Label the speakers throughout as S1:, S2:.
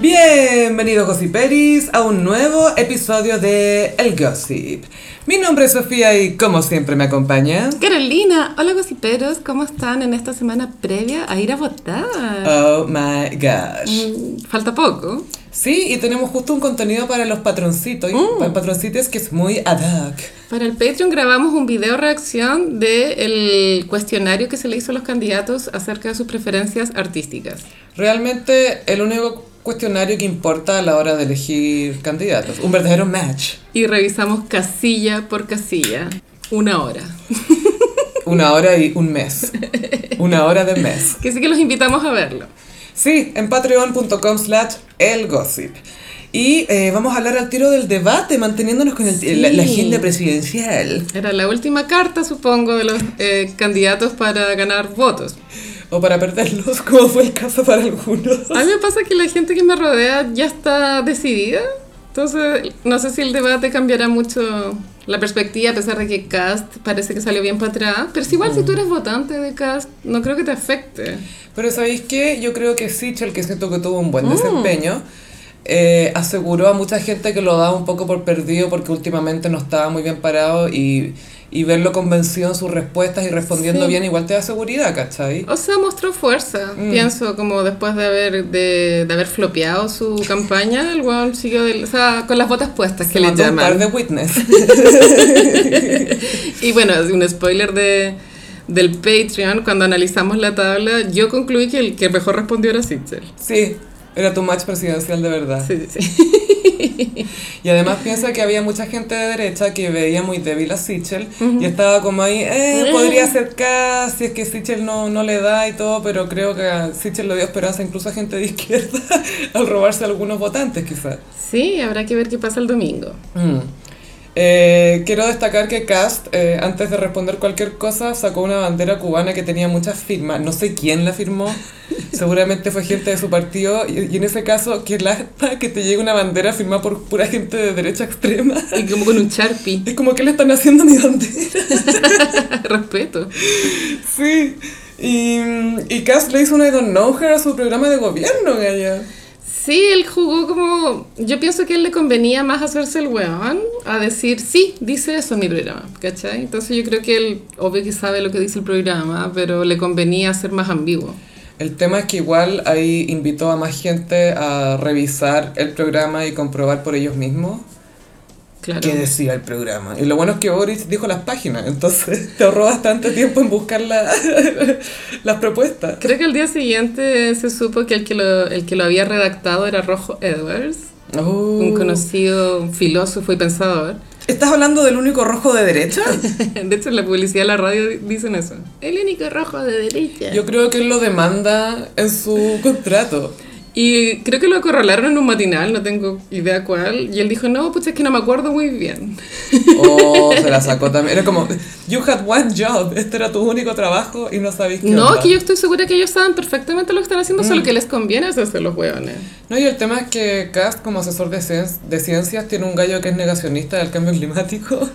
S1: Bienvenidos Gossiperis a un nuevo episodio de El Gossip. Mi nombre es Sofía y como siempre me acompaña.
S2: Carolina, hola gossiperos, ¿cómo están en esta semana previa a ir a votar?
S1: Oh my gosh.
S2: Mm, Falta poco.
S1: Sí, y tenemos justo un contenido para los patroncitos, y para patroncitos que es muy ad hoc.
S2: Para el Patreon grabamos un video reacción del cuestionario que se le hizo a los candidatos acerca de sus preferencias artísticas.
S1: Realmente el único cuestionario que importa a la hora de elegir candidatos, un verdadero match.
S2: Y revisamos casilla por casilla, una hora.
S1: Una hora y un mes. Una hora de mes.
S2: Que sí que los invitamos a verlo.
S1: Sí, en patreon.com slash elgossip. Y eh, vamos a hablar al tiro del debate, manteniéndonos con el-
S2: Sí.
S1: la, la agenda presidencial.
S2: Era la última carta, supongo, de los eh, candidatos para ganar votos.
S1: O para perderlos, como fue el caso para algunos.
S2: A mí me pasa que la gente que me rodea ya está decidida. Entonces, no sé si el debate cambiará mucho la perspectiva, a pesar de que Cast parece que salió bien para atrás. Pero si igual, si
S1: Mm.
S2: tú eres votante de Cast, no creo que te afecte.
S1: Pero ¿sabéis qué? Yo creo que Sichel, que siento que tuvo un
S2: Mm.
S1: buen desempeño, eh, aseguró a mucha gente que lo daba un poco por perdido porque últimamente no estaba muy bien parado y, y verlo convencido en sus respuestas y respondiendo
S2: Sí.
S1: bien igual te da seguridad, ¿cachai?
S2: O sea, mostró fuerza.
S1: Mm.
S2: Pienso, como después de haber, de, de haber flopeado su campaña, el weón siguió del- o sea, con las botas puestas, que
S1: Se
S2: le
S1: mandó un par
S2: llaman.
S1: de witness.
S2: Y bueno, un spoiler de, del Patreon, cuando analizamos la tabla, yo concluí que el que mejor respondió era Sitzel.
S1: sí, era tu match presidencial de verdad.
S2: Sí, sí, sí.
S1: Y además piensa que había mucha gente de derecha que veía muy débil a Sichel y estaba como ahí, eh, podría ser Kass, si es que Sichel no, no le da y todo, pero creo que a Sichel le dio esperanza incluso a gente de izquierda al robarse algunos votantes quizás.
S2: Sí, habrá que ver qué pasa el domingo.
S1: Eh, quiero destacar que Cast, eh, antes de responder cualquier cosa, sacó una bandera cubana que tenía muchas firmas. No sé quién la firmó, seguramente fue gente de su partido. Y, y en ese caso, qué lástima que te llegue una bandera firmada por pura gente de derecha extrema.
S2: Y como con un Sharpie.
S1: Es como que le están haciendo a mi bandera.
S2: Respeto.
S1: Sí. Y, y Cass le hizo una I don't know her a su programa de gobierno, Gaya.
S2: Sí, él jugó como... Yo pienso que a él le convenía más hacerse el weón a decir, sí, dice eso en mi programa, ¿cachai? Entonces yo creo que él, obvio que sabe lo que dice el programa, pero le convenía ser más ambiguo.
S1: El tema es que igual ahí invitó a más gente a revisar el programa y comprobar por ellos mismos
S2: Claro.
S1: qué decía el programa. Y lo bueno es que Boris dijo las páginas, entonces te ahorró bastante tiempo en buscar la- las propuestas.
S2: Creo que al día siguiente se supo que el que lo, el que lo había redactado era Rojo Edwards, un
S1: Oh.
S2: conocido filósofo y pensador.
S1: ¿Estás hablando del único rojo de derecha?
S2: De hecho, en la publicidad de la radio di- dicen eso. El único rojo de derecha.
S1: Yo creo que él lo demanda en su contrato.
S2: Y creo que lo acorralaron en un matinal, no tengo idea cuál. Y él dijo, no, pues es que no me acuerdo muy bien.
S1: Oh, se la sacó también. Era como, you had one job, este era tu único trabajo y no sabéis qué
S2: no,
S1: onda. Mm.
S2: es que yo estoy segura que ellos saben perfectamente lo que están haciendo, solo que les conviene hacerse los hueones.
S1: No, y el tema es que Cast, como asesor de, cien- de ciencias, tiene un gallo que es negacionista del cambio climático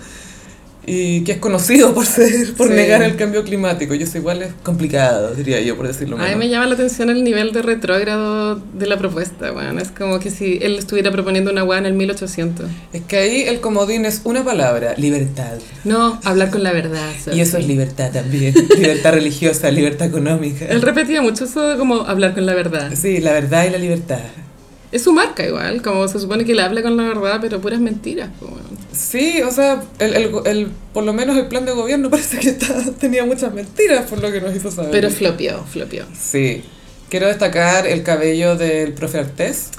S1: y que es conocido por ser, por
S2: Sí.
S1: negar el cambio climático. Y eso igual es complicado, diría yo, por decirlo
S2: A mí
S1: menos.
S2: me llama la atención el nivel de retrógrado de la propuesta, weón. Es como que si él estuviera proponiendo una hueá en el 1800.
S1: Es que ahí el comodín es una palabra, libertad.
S2: No, hablar con la verdad. Sophie.
S1: Y eso es libertad también. libertad religiosa, libertad económica.
S2: Él repetía mucho eso de como hablar con la verdad.
S1: Sí, la verdad y la libertad.
S2: Es su marca igual, como se supone que él habla con la verdad, pero puras mentiras, po, weón.
S1: Sí, o sea, el, el go- el- por lo menos el plan de gobierno parece que está- tenía muchas mentiras por lo que nos hizo saber.
S2: Pero flopeó, flopeó.
S1: sí, quiero destacar el cabello del profe Artés.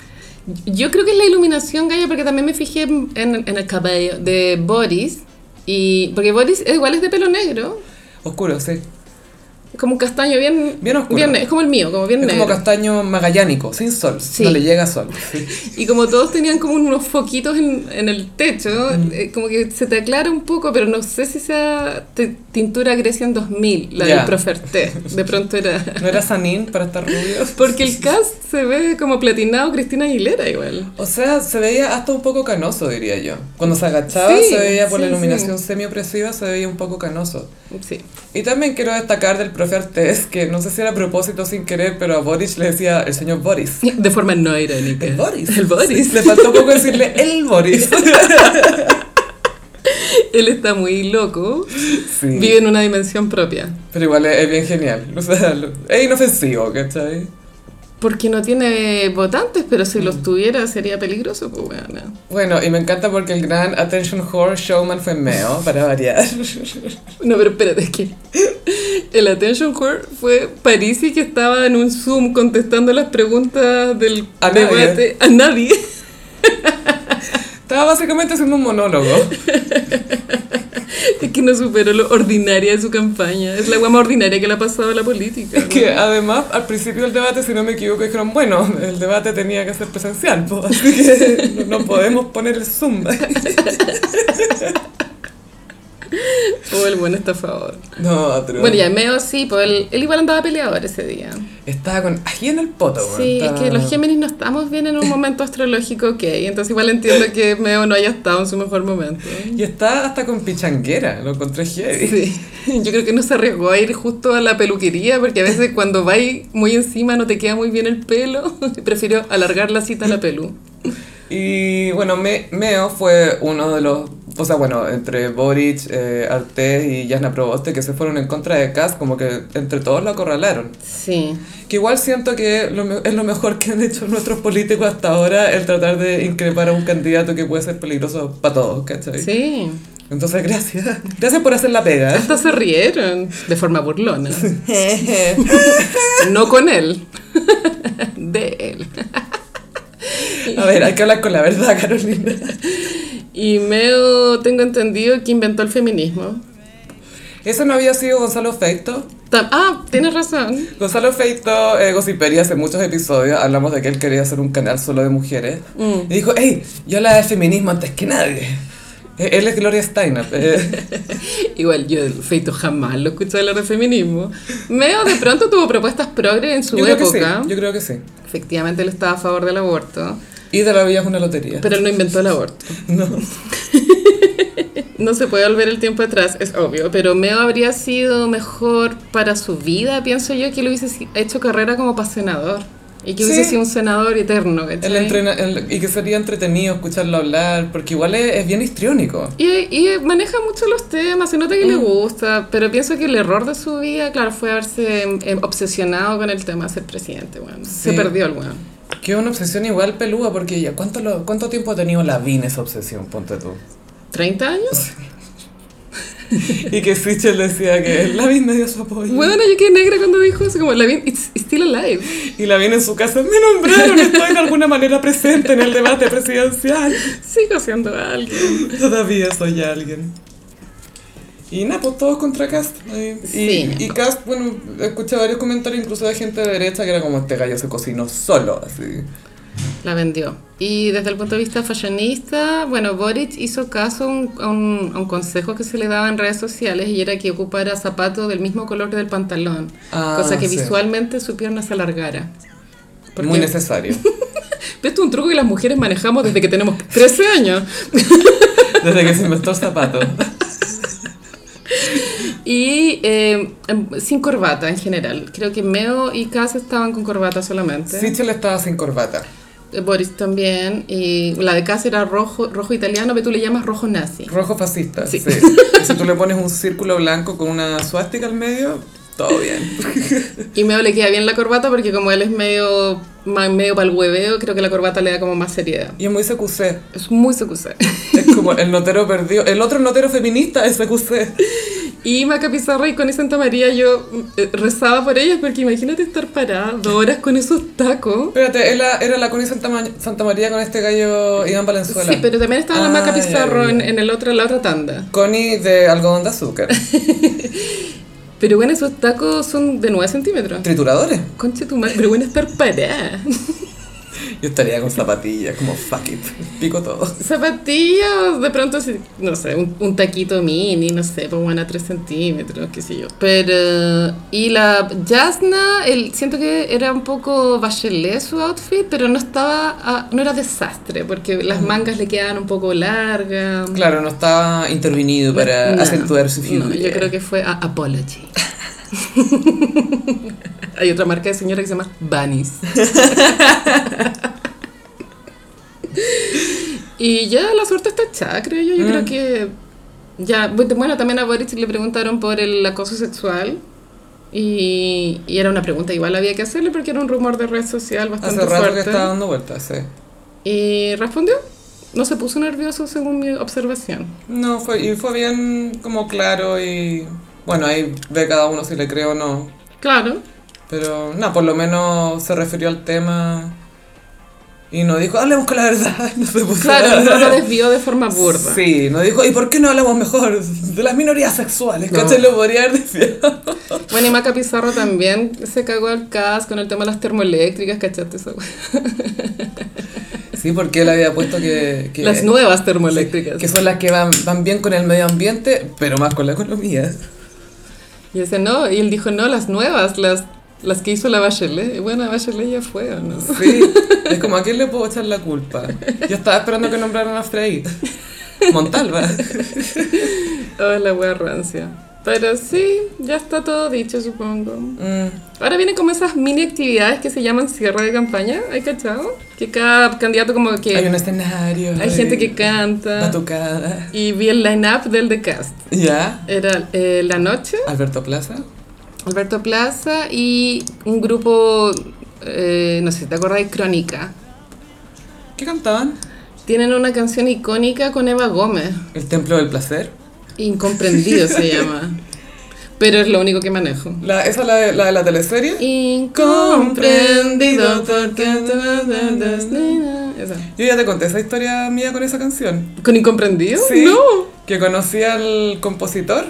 S2: Yo creo que es la iluminación, Gaya, porque también me fijé en, en el cabello de Boris. Y, porque Boris es igual es de pelo negro,
S1: Oscuro, sí.
S2: como un castaño bien...
S1: Bien oscuro.
S2: ne- es como el mío, como bien
S1: Es
S2: negro.
S1: como castaño magallánico, sin sol.
S2: Sí.
S1: No le llega sol. sí.
S2: y como todos tenían como unos foquitos en, en el techo,
S1: Mm.
S2: eh, como que se te aclara un poco, pero no sé si sea te- tintura Grecia en 2000, la
S1: Ya.
S2: del Proferté. De pronto era...
S1: No era sanín para estar rubio.
S2: Porque el cast se ve como platinado Cristina Aguilera igual.
S1: O sea, se veía hasta un poco canoso, diría yo. Cuando se agachaba,
S2: Sí,
S1: se veía por la
S2: sí,
S1: iluminación semiopresiva, se veía un poco canoso.
S2: Sí.
S1: Y también quiero destacar del profe Artés que no sé si era a propósito o sin querer, pero a Boris le decía el señor Boris.
S2: De forma no irónica.
S1: El Boris.
S2: El Boris.
S1: Sí, le faltó poco decirle el Boris.
S2: Él está muy loco.
S1: Sí.
S2: Vive en una dimensión propia.
S1: Pero igual es, es bien genial. O sea, lo- es inofensivo, ¿cachai?
S2: Porque no tiene votantes, pero si
S1: Mm.
S2: los tuviera sería peligroso, pues weona.
S1: Bueno, y me encanta porque el gran Attention Whore Showman fue Meo, para variar.
S2: No, pero espérate, es que el Attention Whore fue Parisi que estaba en un Zoom contestando las preguntas del
S1: A nadie.
S2: debate a nadie.
S1: Estaba básicamente haciendo un monólogo.
S2: Es que no superó lo ordinaria de su campaña. Es la guama ordinaria que le ha pasado a la política.
S1: Es que además, al principio del debate, si no me equivoco, dijeron, bueno, el debate tenía que ser presencial, po, así que no- no podemos poner el Zoom.
S2: O el buen estafador.
S1: No, otro.
S2: Bueno, ya, medio sí, pues él, él igual andaba peleador ese día.
S1: Estaba con ají en el poto, weón.
S2: Sí, es
S1: Estaba-
S2: que los Géminis no estamos bien en un momento astrológico, ok. Entonces igual entiendo que Meo no haya estado en su mejor momento.
S1: Y está hasta con pichanguera, lo encontré heavy.
S2: Sí, yo creo que no se arriesgó a ir justo a la peluquería porque a veces cuando vais muy encima no te queda muy bien el pelo. Prefiero alargar la cita a la pelu.
S1: Y bueno, Me- Meo fue uno de los. O sea, bueno, entre Boric, eh, Artés y Jasna Proboste que se fueron en contra de Kass, como que entre todos lo acorralaron.
S2: Sí.
S1: Que igual siento que lo me- es lo mejor que han hecho nuestros políticos hasta ahora, el tratar de increpar a un candidato que puede ser peligroso para todos, ¿cachai?
S2: Sí.
S1: Entonces, gracias. Gracias por hacer la pega.
S2: Hasta se rieron de forma burlona. No con él. De él.
S1: a ver, hay que hablar con la verdad, Carolina.
S2: Y Meo, tengo entendido que inventó el feminismo.
S1: ¿Eso no había sido Gonzalo Feito?
S2: Ta- Ah, tienes razón.
S1: Gonzalo Feito, eh, Gossiperi, hace muchos episodios hablamos de que él quería hacer un canal solo de mujeres.
S2: Mm.
S1: Y dijo, hey, yo la de feminismo antes que nadie. Eh, Él es Gloria Steinem. eh.
S2: Igual yo el feito jamás lo escuché hablar de feminismo. Meo de pronto tuvo propuestas progres en su
S1: yo creo que sí,
S2: época.
S1: yo creo que sí.
S2: Efectivamente él estaba a favor del aborto,
S1: Y de la vida es una lotería.
S2: pero él no inventó el aborto.
S1: No.
S2: No se puede volver el tiempo atrás, es obvio, pero Meo habría sido mejor para su vida, pienso yo, que él hubiese si- hecho carrera como para senador. Y que hubiese
S1: Sí.
S2: sido un senador eterno,
S1: El
S2: ¿cachai?
S1: entrena- el- y que sería entretenido escucharlo hablar, porque igual es, es bien histriónico.
S2: Y, y maneja mucho los temas, se nota que
S1: Mm.
S2: le gusta, pero pienso que el error de su vida, claro, fue haberse eh, obsesionado con el tema de ser presidente, bueno. Se
S1: Sí.
S2: perdió el weón.
S1: Que es una obsesión igual pelúa, porque ya, ¿cuánto, lo- ¿cuánto tiempo ha tenido Lavín esa obsesión? Ponte tú.
S2: ¿30 años?
S1: Y que Sichel decía que Lavín me dio su apoyo.
S2: Bueno, yo quedé negra cuando dijo eso, como la vi, it's still alive.
S1: Y la viene en su casa, me nombraron, estoy de alguna manera presente en el debate presidencial.
S2: Sigo siendo alguien.
S1: Todavía soy alguien. Y nada, pues todos contra Cast. ahí. Y,
S2: Sí.
S1: y Cast, bueno, escuché varios comentarios incluso de gente de derecha que era como este gallo se cocinó solo, así.
S2: La vendió. Y desde el punto de vista fashionista, bueno, Boric hizo caso a un, a un- a un consejo que se le daba en redes sociales y era que ocupara zapatos del mismo color del pantalón,
S1: Ah,
S2: cosa que
S1: sí.
S2: visualmente su pierna se alargara. Porque-
S1: Muy necesario.
S2: Pero esto es un truco que las mujeres manejamos desde que tenemos 13 años.
S1: Desde que se inventó el zapato.
S2: Y eh, em, sin corbata en general. Creo que Meo y Cass estaban con corbata solamente.
S1: Sichel estaba sin corbata.
S2: Eh, Boris también. Y la de Cass era rojo, rojo italiano, pero tú le llamas rojo nazi.
S1: Rojo fascista.
S2: Sí.
S1: Sí. Y Si tú le pones un círculo blanco con una suástica al medio, todo bien.
S2: Y Meo le queda bien la corbata porque como él es medio, ma- medio para el hueveo, creo que la corbata le da como más seriedad.
S1: Y es muy CQC.
S2: Es muy secuse.
S1: Es como el notero perdido. El otro notero feminista es CQC.
S2: Y Maca Pizarra y Connie Santa María, yo eh, rezaba por ellas porque imagínate estar parada dos horas con esos tacos.
S1: Espérate, era, era la Connie Santa, Ma- Santa María con este gallo Iván Valenzuela.
S2: Sí, pero también estaba la
S1: Ah,
S2: Maca
S1: ya,
S2: Pizarro
S1: ya.
S2: en, en el otro, la otra tanda.
S1: Connie de algodón de azúcar.
S2: Pero bueno, esos tacos son de 9 centímetros.
S1: Trituradores.
S2: Conche tu madre, pero bueno, estar parada.
S1: Yo estaría con zapatillas, como fuck it. Pico todo.
S2: Zapatillas, de pronto, sí, no sé, un, un taquito mini, no sé, pues bueno, a 3 centímetros, qué sé yo. Pero, y la Jasna, el, siento que era un poco bachelet su outfit, pero no estaba, a- no era desastre, porque las mangas le quedaban un poco largas.
S1: Claro, no estaba intervenido para
S2: No,
S1: acentuar su
S2: no,
S1: figura.
S2: yo creo que fue a- apology. Hay otra marca de señora que se llama Banis. y ya la suerte está echada, creo yo. Yo
S1: Mm.
S2: creo que ya. Bueno, también a Boris le preguntaron por el acoso sexual. Y, y era una pregunta igual había que hacerle porque era un rumor de red social bastante
S1: Hace rato
S2: fuerte.
S1: que está dando vueltas, sí.
S2: Y respondió. No se puso nervioso según mi observación.
S1: No, fue, y fue bien como claro y... Bueno, ahí ve cada uno si le creo o no.
S2: Claro.
S1: Pero, no, por lo menos se refirió al tema y no dijo, hablemos con la verdad. No se puso
S2: Claro, no
S1: nada.
S2: lo desvió de forma burda.
S1: Sí, no dijo, ¿y por qué no hablamos mejor de las minorías sexuales?
S2: No.
S1: ¿Cachai? Lo podría haber desviado.
S2: Bueno, y Maca Pizarro también se cagó al cas con el tema de las termoeléctricas, ¿cachaste esa wea?
S1: Sí, porque él había puesto que... que
S2: Las nuevas termoeléctricas.
S1: que son las que van, van bien con el medio ambiente, pero más con la economía.
S2: Y dice, no, y él dijo, no, las nuevas, las, las que hizo la Bachelet. Y Bueno, la Bachelet ya fue, ¿o no?
S1: Sí, es como a quién le puedo echar la culpa. Yo estaba esperando que nombraran a Frey. Montalva.
S2: Oh, la wea rancia. Pero sí, ya está todo dicho, supongo.
S1: Mm,
S2: Ahora vienen como esas mini actividades que se llaman cierre de campaña, ¿hay cachado? Que cada candidato como que...
S1: Hay un escenario.
S2: hay gente que canta.
S1: Batucada.
S2: Y vi el line-up del The Cast.
S1: ¿Ya?
S2: Era eh, La Noche,
S1: Alberto Plaza.
S2: Alberto Plaza y un grupo, eh, no sé, ¿te acordáis? Crónica.
S1: ¿Qué cantaban?
S2: Tienen una canción icónica con Eva Gómez.
S1: El Templo del Placer.
S2: Incomprendido se llama. Pero es lo único que manejo.
S1: La, esa es la de la, de la teleserie.
S2: Incomprendido porque Esa.
S1: Yo ya te conté esa historia mía con esa canción.
S2: ¿Con incomprendido?
S1: Sí,
S2: No.
S1: Que conocí al compositor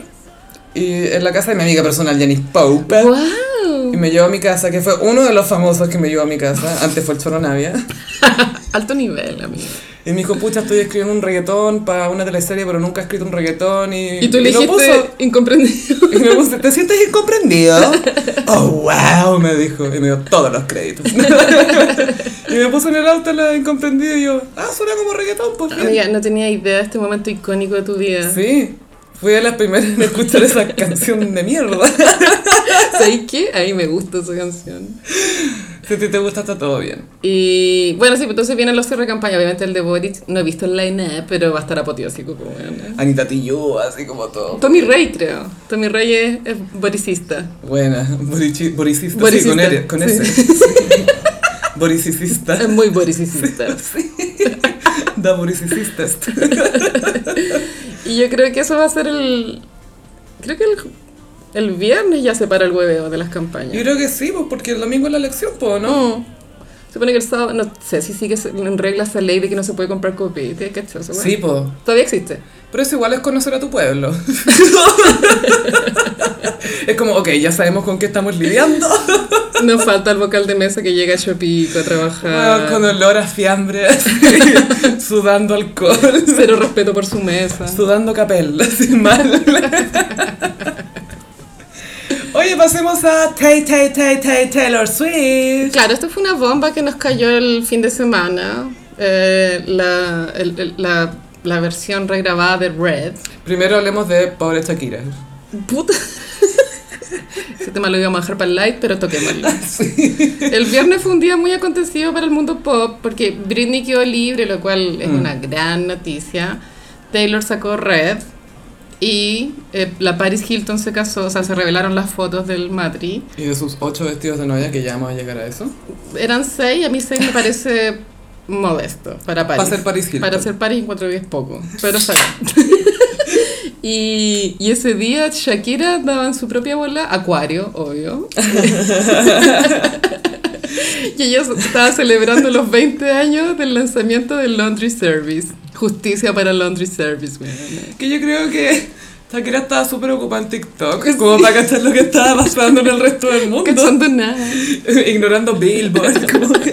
S1: y en la casa de mi amiga personal, Janice Pope. Y
S2: ¡Wow!
S1: me llevó a mi casa, que fue uno de los famosos que me llevó a mi casa. Antes fue el Choro Navia.
S2: Alto nivel, amigo.
S1: Y me dijo, pucha, estoy escribiendo un reggaetón para una teleserie, pero nunca he escrito un reggaetón. Y,
S2: Y tú
S1: lo
S2: elegiste
S1: puso.
S2: incomprendido.
S1: Y me puso, ¿te sientes incomprendido? Oh, wow, me dijo. Y me dio todos los créditos. y me puso en el auto la incomprendido y yo, ah, suena como reggaetón, por fin.
S2: Amiga, no tenía idea de este momento icónico de tu vida.
S1: Sí, fui de las primeras en escuchar esa canción de mierda.
S2: ¿Sabes qué? A mí me gusta esa canción.
S1: Si a ti te gusta, está todo bien.
S2: Y bueno, sí, pues entonces vienen los cierre de campaña. Obviamente el de Boric no he visto el line pero va a estar apoteósico. Como, bueno.
S1: Anita Tillú, así como todo.
S2: Tommy Rey, creo. Tommy Rey es, es boricista.
S1: Buena, borichi- boricista, sí,
S2: Boricista,
S1: con, L, con
S2: sí.
S1: S. Boricicista.
S2: Es muy boricista.
S1: Da boricicistas.
S2: Y yo creo que eso va a ser el. Creo que el, el viernes ya se para el hueveo de las
S1: Yo
S2: campañas.
S1: creo que sí, pues porque el domingo es la elección, pues, ¿no?
S2: Mm. Supone que el sábado, no sé si sigue en regla esa ley de que no se puede comprar copete, ¿cachai? Esa weá.
S1: Sí, pues.
S2: Todavía existe.
S1: Pero eso igual es conocer a tu pueblo. es como, ok, ya sabemos con qué estamos lidiando.
S2: Nos falta el vocal de mesa que llega a Chopico a
S1: Ah,
S2: trabajar.
S1: con olor a fiambre, así, sudando alcohol,
S2: Cero respeto por su mesa.
S1: sudando capel, sin mal. Oye, pasemos a Tay Tay Tay Tay Taylor Swift.
S2: Claro, esto fue una bomba que nos cayó el fin de semana. Eh, la, el- el- la, la versión regrabada de Red.
S1: Primero hablemos de pobre Shakira.
S2: Puta. Ese tema lo íbamos a dejar para el light, pero toquémoslo.
S1: Ah,
S2: El viernes fue un día muy acontecido para el mundo pop porque Britney quedó libre, lo cual es
S1: Mm.
S2: una gran noticia. Taylor sacó Red y eh, la Paris Hilton se casó, o sea, se revelaron las fotos del matri.
S1: Y de sus ocho vestidos de novia, que ya vamos a llegar a eso.
S2: Eran seis, a mí seis me parece modesto para París.
S1: Para ser Paris Hilton.
S2: Para ser París encuentro que es poco, pero está bien. y, y ese día Shakira daba en su propia bola, Acuario, obvio. y ella estaba celebrando los 20 años del lanzamiento del Laundry Service. Justicia para Laundry Service, weón.
S1: Que yo creo que Shakira estaba súper ocupada en TikTok, como para cachar lo que estaba pasando en el resto del mundo.
S2: Cachando nada.
S1: Ignorando Billboard. como que-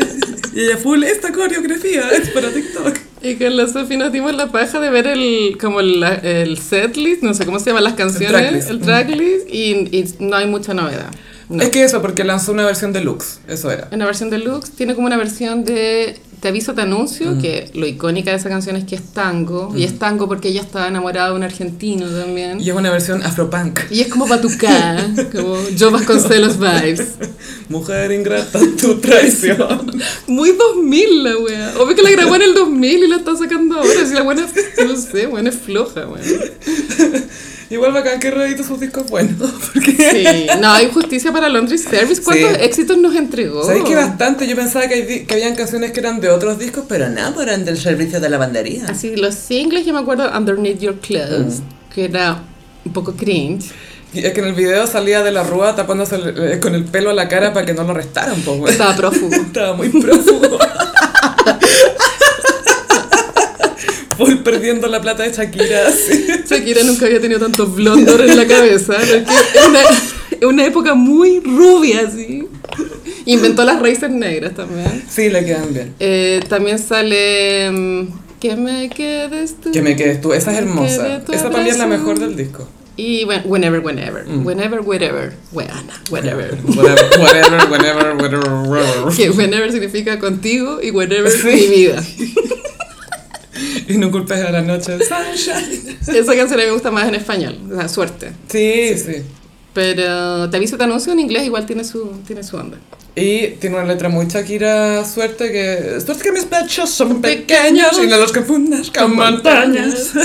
S1: Y ella full, esta coreografía es para TikTok.
S2: Y con la Sofi nos dimos la paja de ver el, como la- el setlist, no sé cómo se llaman las canciones,
S1: tracklist.
S2: el tracklist, y, y no hay mucha novedad. No.
S1: Es que eso, porque lanzó una versión deluxe, eso era.
S2: En la versión deluxe tiene como una versión de Te aviso, te anuncio que lo icónica de esa canción es que es tango. Y es tango porque ella estaba enamorada de un argentino también.
S1: Y es una versión afropunk.
S2: Y es como batucá, como yo Vasconcelos vibes.
S1: Mujer ingrata, tu traición.
S2: Muy 2000 la wea. Obvio que la grabó en el 2000 y la está sacando ahora. Si la buena, no sé, buena es floja, wea.
S1: Igual bacán que reedita sus discos buenos. Porque...
S2: Sí, no, hay justicia para Laundry Service. ¿Cuántos
S1: Sí.
S2: éxitos nos entregó?
S1: ¿Sabéis que bastante? Yo pensaba que, hay di- que habían canciones que eran de otros discos, pero nada, eran del servicio de lavandería.
S2: Así, los singles, yo me acuerdo Underneath Your Clothes, que era un poco cringe.
S1: Y es que en el video salía de la rúa tapándose el- eh, con el pelo a la cara para que no lo arrestaran, po, güey.
S2: Estaba prófugo.
S1: Estaba muy prófugo. Full perdiendo la plata de Shakira. así.
S2: Shakira nunca había tenido tanto blondor en la cabeza. porque Es una, es una época muy rubia, así. Inventó las raíces negras también.
S1: Sí, le quedan bien.
S2: Eh, también sale... mm, Que me quedes tú.
S1: Que me quedes tú, esa es
S2: Quede
S1: hermosa.
S2: tu
S1: Esa para mí es la
S2: abrazo.
S1: mejor del disco.
S2: Y bueno, whenever, whenever.
S1: Mm.
S2: Whenever, wherever. Weana, whenever.
S1: Whatever, whatever, whatever, whatever.
S2: que whenever significa contigo y whenever
S1: Sí.
S2: mi vida.
S1: Y no culpes a la noche. Sunshine.
S2: Esa canción a mí me gusta más en español. O sea, suerte.
S1: Sí, sí.
S2: Pero te aviso, te anuncio en inglés, igual tiene su, tiene su onda.
S1: Y tiene una letra muy Shakira, suerte que... Suerte que mis pechos son pequeños y no los confundas con montañas.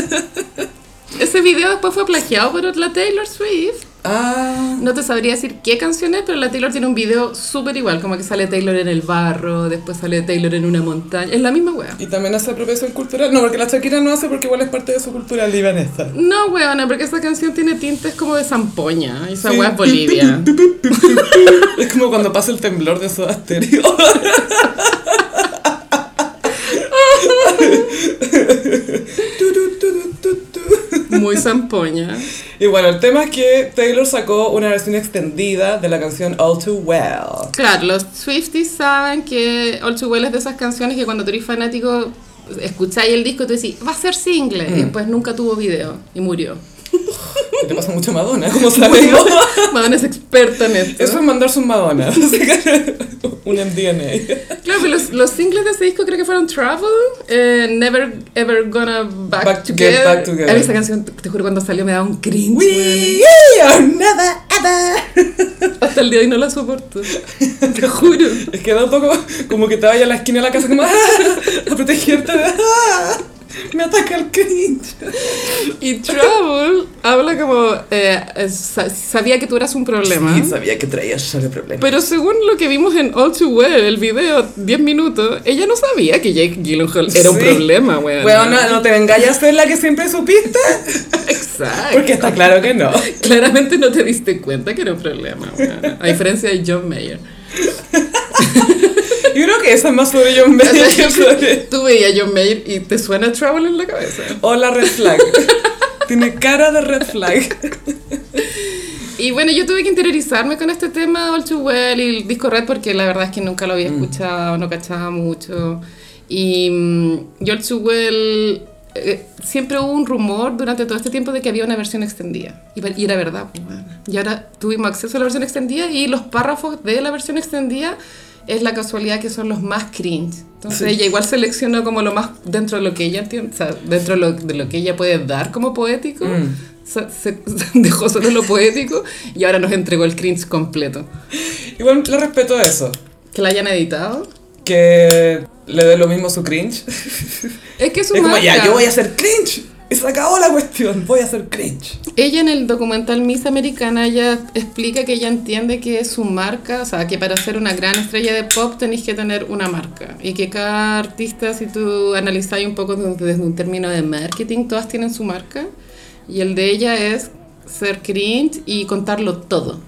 S2: Ese video después fue plagiado por la Taylor Swift.
S1: Ah,
S2: No te sabría decir qué canción es, pero la Taylor tiene un video súper igual, como que sale Taylor en el barro, después sale Taylor en una montaña. Es la misma wea.
S1: y también hace apropiación cultural. No, porque la Shakira no hace porque igual es parte de su cultura libanesa.
S2: No, weona, porque esa canción tiene tintes como de zampoña. y Esa
S1: Sí.
S2: wea es Bolivia.
S1: Es como cuando pasa el temblor de Soda Stereo. Tu, tu, tu, tu, tu, tu.
S2: Muy zampoña.
S1: Y bueno, el tema es que Taylor sacó una versión extendida de la canción All Too Well.
S2: Claro, los Swifties saben que All Too Well es de esas canciones que cuando tú eres fanático escucháis el disco y tú decís, va a ser single.
S1: Mm.
S2: Y después nunca tuvo video y murió.
S1: Que te pasa mucho Madonna, como sabemos.
S2: Madonna es experta en esto.
S1: Eso es mandarse un Madonna. Así que- un MDNA.
S2: Claro, pero los, los singles de ese disco creo que fueron Travel, eh, Never Ever Gonna Back,
S1: Back to
S2: Together.
S1: Get Back Together.
S2: A mí esa canción, te te juro, cuando salió me daba un cringe. weón.
S1: are never ever.
S2: Hasta el día de hoy no la soporto. Te juro.
S1: Es que da un poco como que te vaya a la esquina de la casa como "Ah", a protegerte. de, "Ah, me ataca el cringe.
S2: Y Travel habla como, eh, eh, sa- sabía que tú eras un problema.
S1: Sí, sabía que traías ese problema.
S2: Pero según lo que vimos en All Too Well, el video, 10 minutos, ella no sabía que Jake Gyllenhaal era un
S1: Sí.
S2: problema, weón.
S1: Bueno, no, no te vengáis a ser la que siempre supiste.
S2: Exacto.
S1: Porque está claro que no.
S2: Claramente no te diste cuenta que era un problema, weón. A diferencia de John Mayer.
S1: Yo creo que esa es más sobre John Mayer
S2: O sea,
S1: que sobre...
S2: Tú veías a John Mayer y te suena Travel en la cabeza.
S1: Hola, red flag. Tiene cara de red flag.
S2: Y bueno, yo tuve que interiorizarme con este tema All Too Well y el disco Red porque la verdad es que nunca lo
S1: Mm.
S2: había escuchado, no cachaba mucho. Y mm, y All Too Well, eh, siempre hubo un rumor durante todo este tiempo de que había una versión extendida. Y, pa- y era verdad. pues, bueno. Y ahora tuvimos acceso a la versión extendida y los párrafos de la versión extendida es la casualidad que son los más cringe. Entonces
S1: Sí.
S2: ella igual seleccionó como lo más dentro de lo que ella entiende, o sea, dentro de lo, de lo que ella puede dar como poético.
S1: Mm.
S2: Se, se- dejó solo lo poético y ahora nos entregó el cringe completo.
S1: Igual le respeto eso.
S2: Que la hayan editado.
S1: Que le dé lo mismo su cringe.
S2: Es que su
S1: Es como, ya,
S2: marca.
S1: yo voy a hacer cringe. Y se acabó la cuestión, voy a hacer cringe.
S2: Ella en el documental Miss Americana ella explica que ella entiende que su marca, o sea, que para ser una gran estrella de pop tenéis que tener una marca y que cada artista, si tú analizáis un poco desde desde un término de marketing, todas tienen su marca y el de ella es ser cringe y contarlo todo.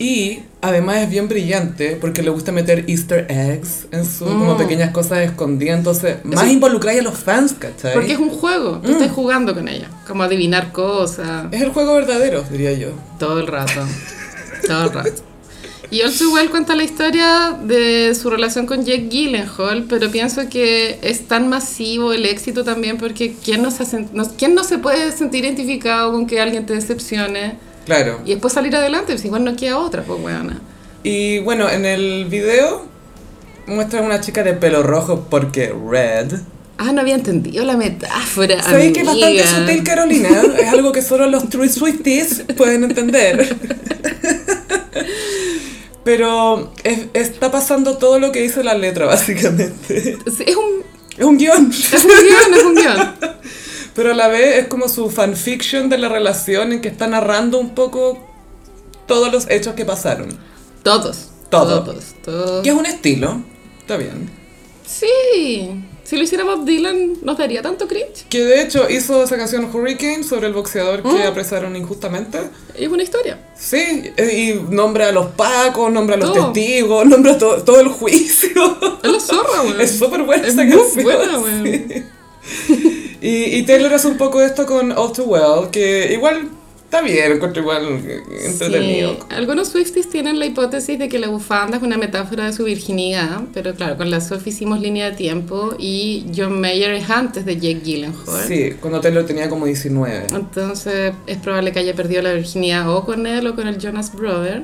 S1: Y además es bien brillante porque le gusta meter easter eggs en su como
S2: Mm.
S1: pequeñas cosas escondidas. Entonces, más involucráis a los fans, ¿cachai?
S2: Porque es un juego,
S1: Mm.
S2: tú estás jugando con ella, como adivinar cosas.
S1: Es el juego verdadero, diría yo.
S2: Todo el rato. Todo el rato. Y All Too Well cuenta la historia de su relación con Jake Gyllenhaal, pero pienso que es tan masivo el éxito también porque ¿quién no se, sen- no- quién no se puede sentir identificado con que alguien te decepcione
S1: Claro.
S2: y después salir adelante? Pues igual no queda otra, pues weona.
S1: Y bueno, en el video muestra a una chica de pelo rojo porque red.
S2: Ah, no había entendido la metáfora.
S1: Sabéis que es
S2: amiga.
S1: bastante sutil, Carolina. es algo que solo los True Swifties pueden entender. Pero es- está pasando todo lo que dice la letra, básicamente.
S2: Sí, Es un,
S1: Es un guión.
S2: es un guión, es un guión.
S1: Pero a la vez es como su fanfiction de la relación en que está narrando un poco todos los hechos que pasaron.
S2: Todos.
S1: Todo.
S2: Todos. todos.
S1: Que es un estilo. Está bien.
S2: Sí. Si lo hiciera Bob Dylan, ¿nos daría tanto cringe?
S1: Que de hecho hizo esa canción Hurricane sobre el boxeador que
S2: Mm.
S1: apresaron injustamente.
S2: Es una historia.
S1: Sí, eh, y nombra a los pacos, nombra a los
S2: Todo.
S1: testigos, nombra to- todo el juicio.
S2: Es la zorra, weón.
S1: Es súper buena
S2: Es
S1: esa
S2: muy
S1: canción.
S2: buena, weón.
S1: sí. y, y Taylor hace un poco esto con All Too Well, que igual está bien, encuentro igual eh, entretenido.
S2: Sí. Algunos Swifties tienen la hipótesis de que la bufanda es una metáfora de su virginidad, pero claro, con la Sophie hicimos línea de tiempo y John Mayer es antes de Jake Gyllenhaal.
S1: Sí, cuando Taylor tenía como 19.
S2: Entonces es probable que haya perdido la virginidad o con él o con el Jonas Brother.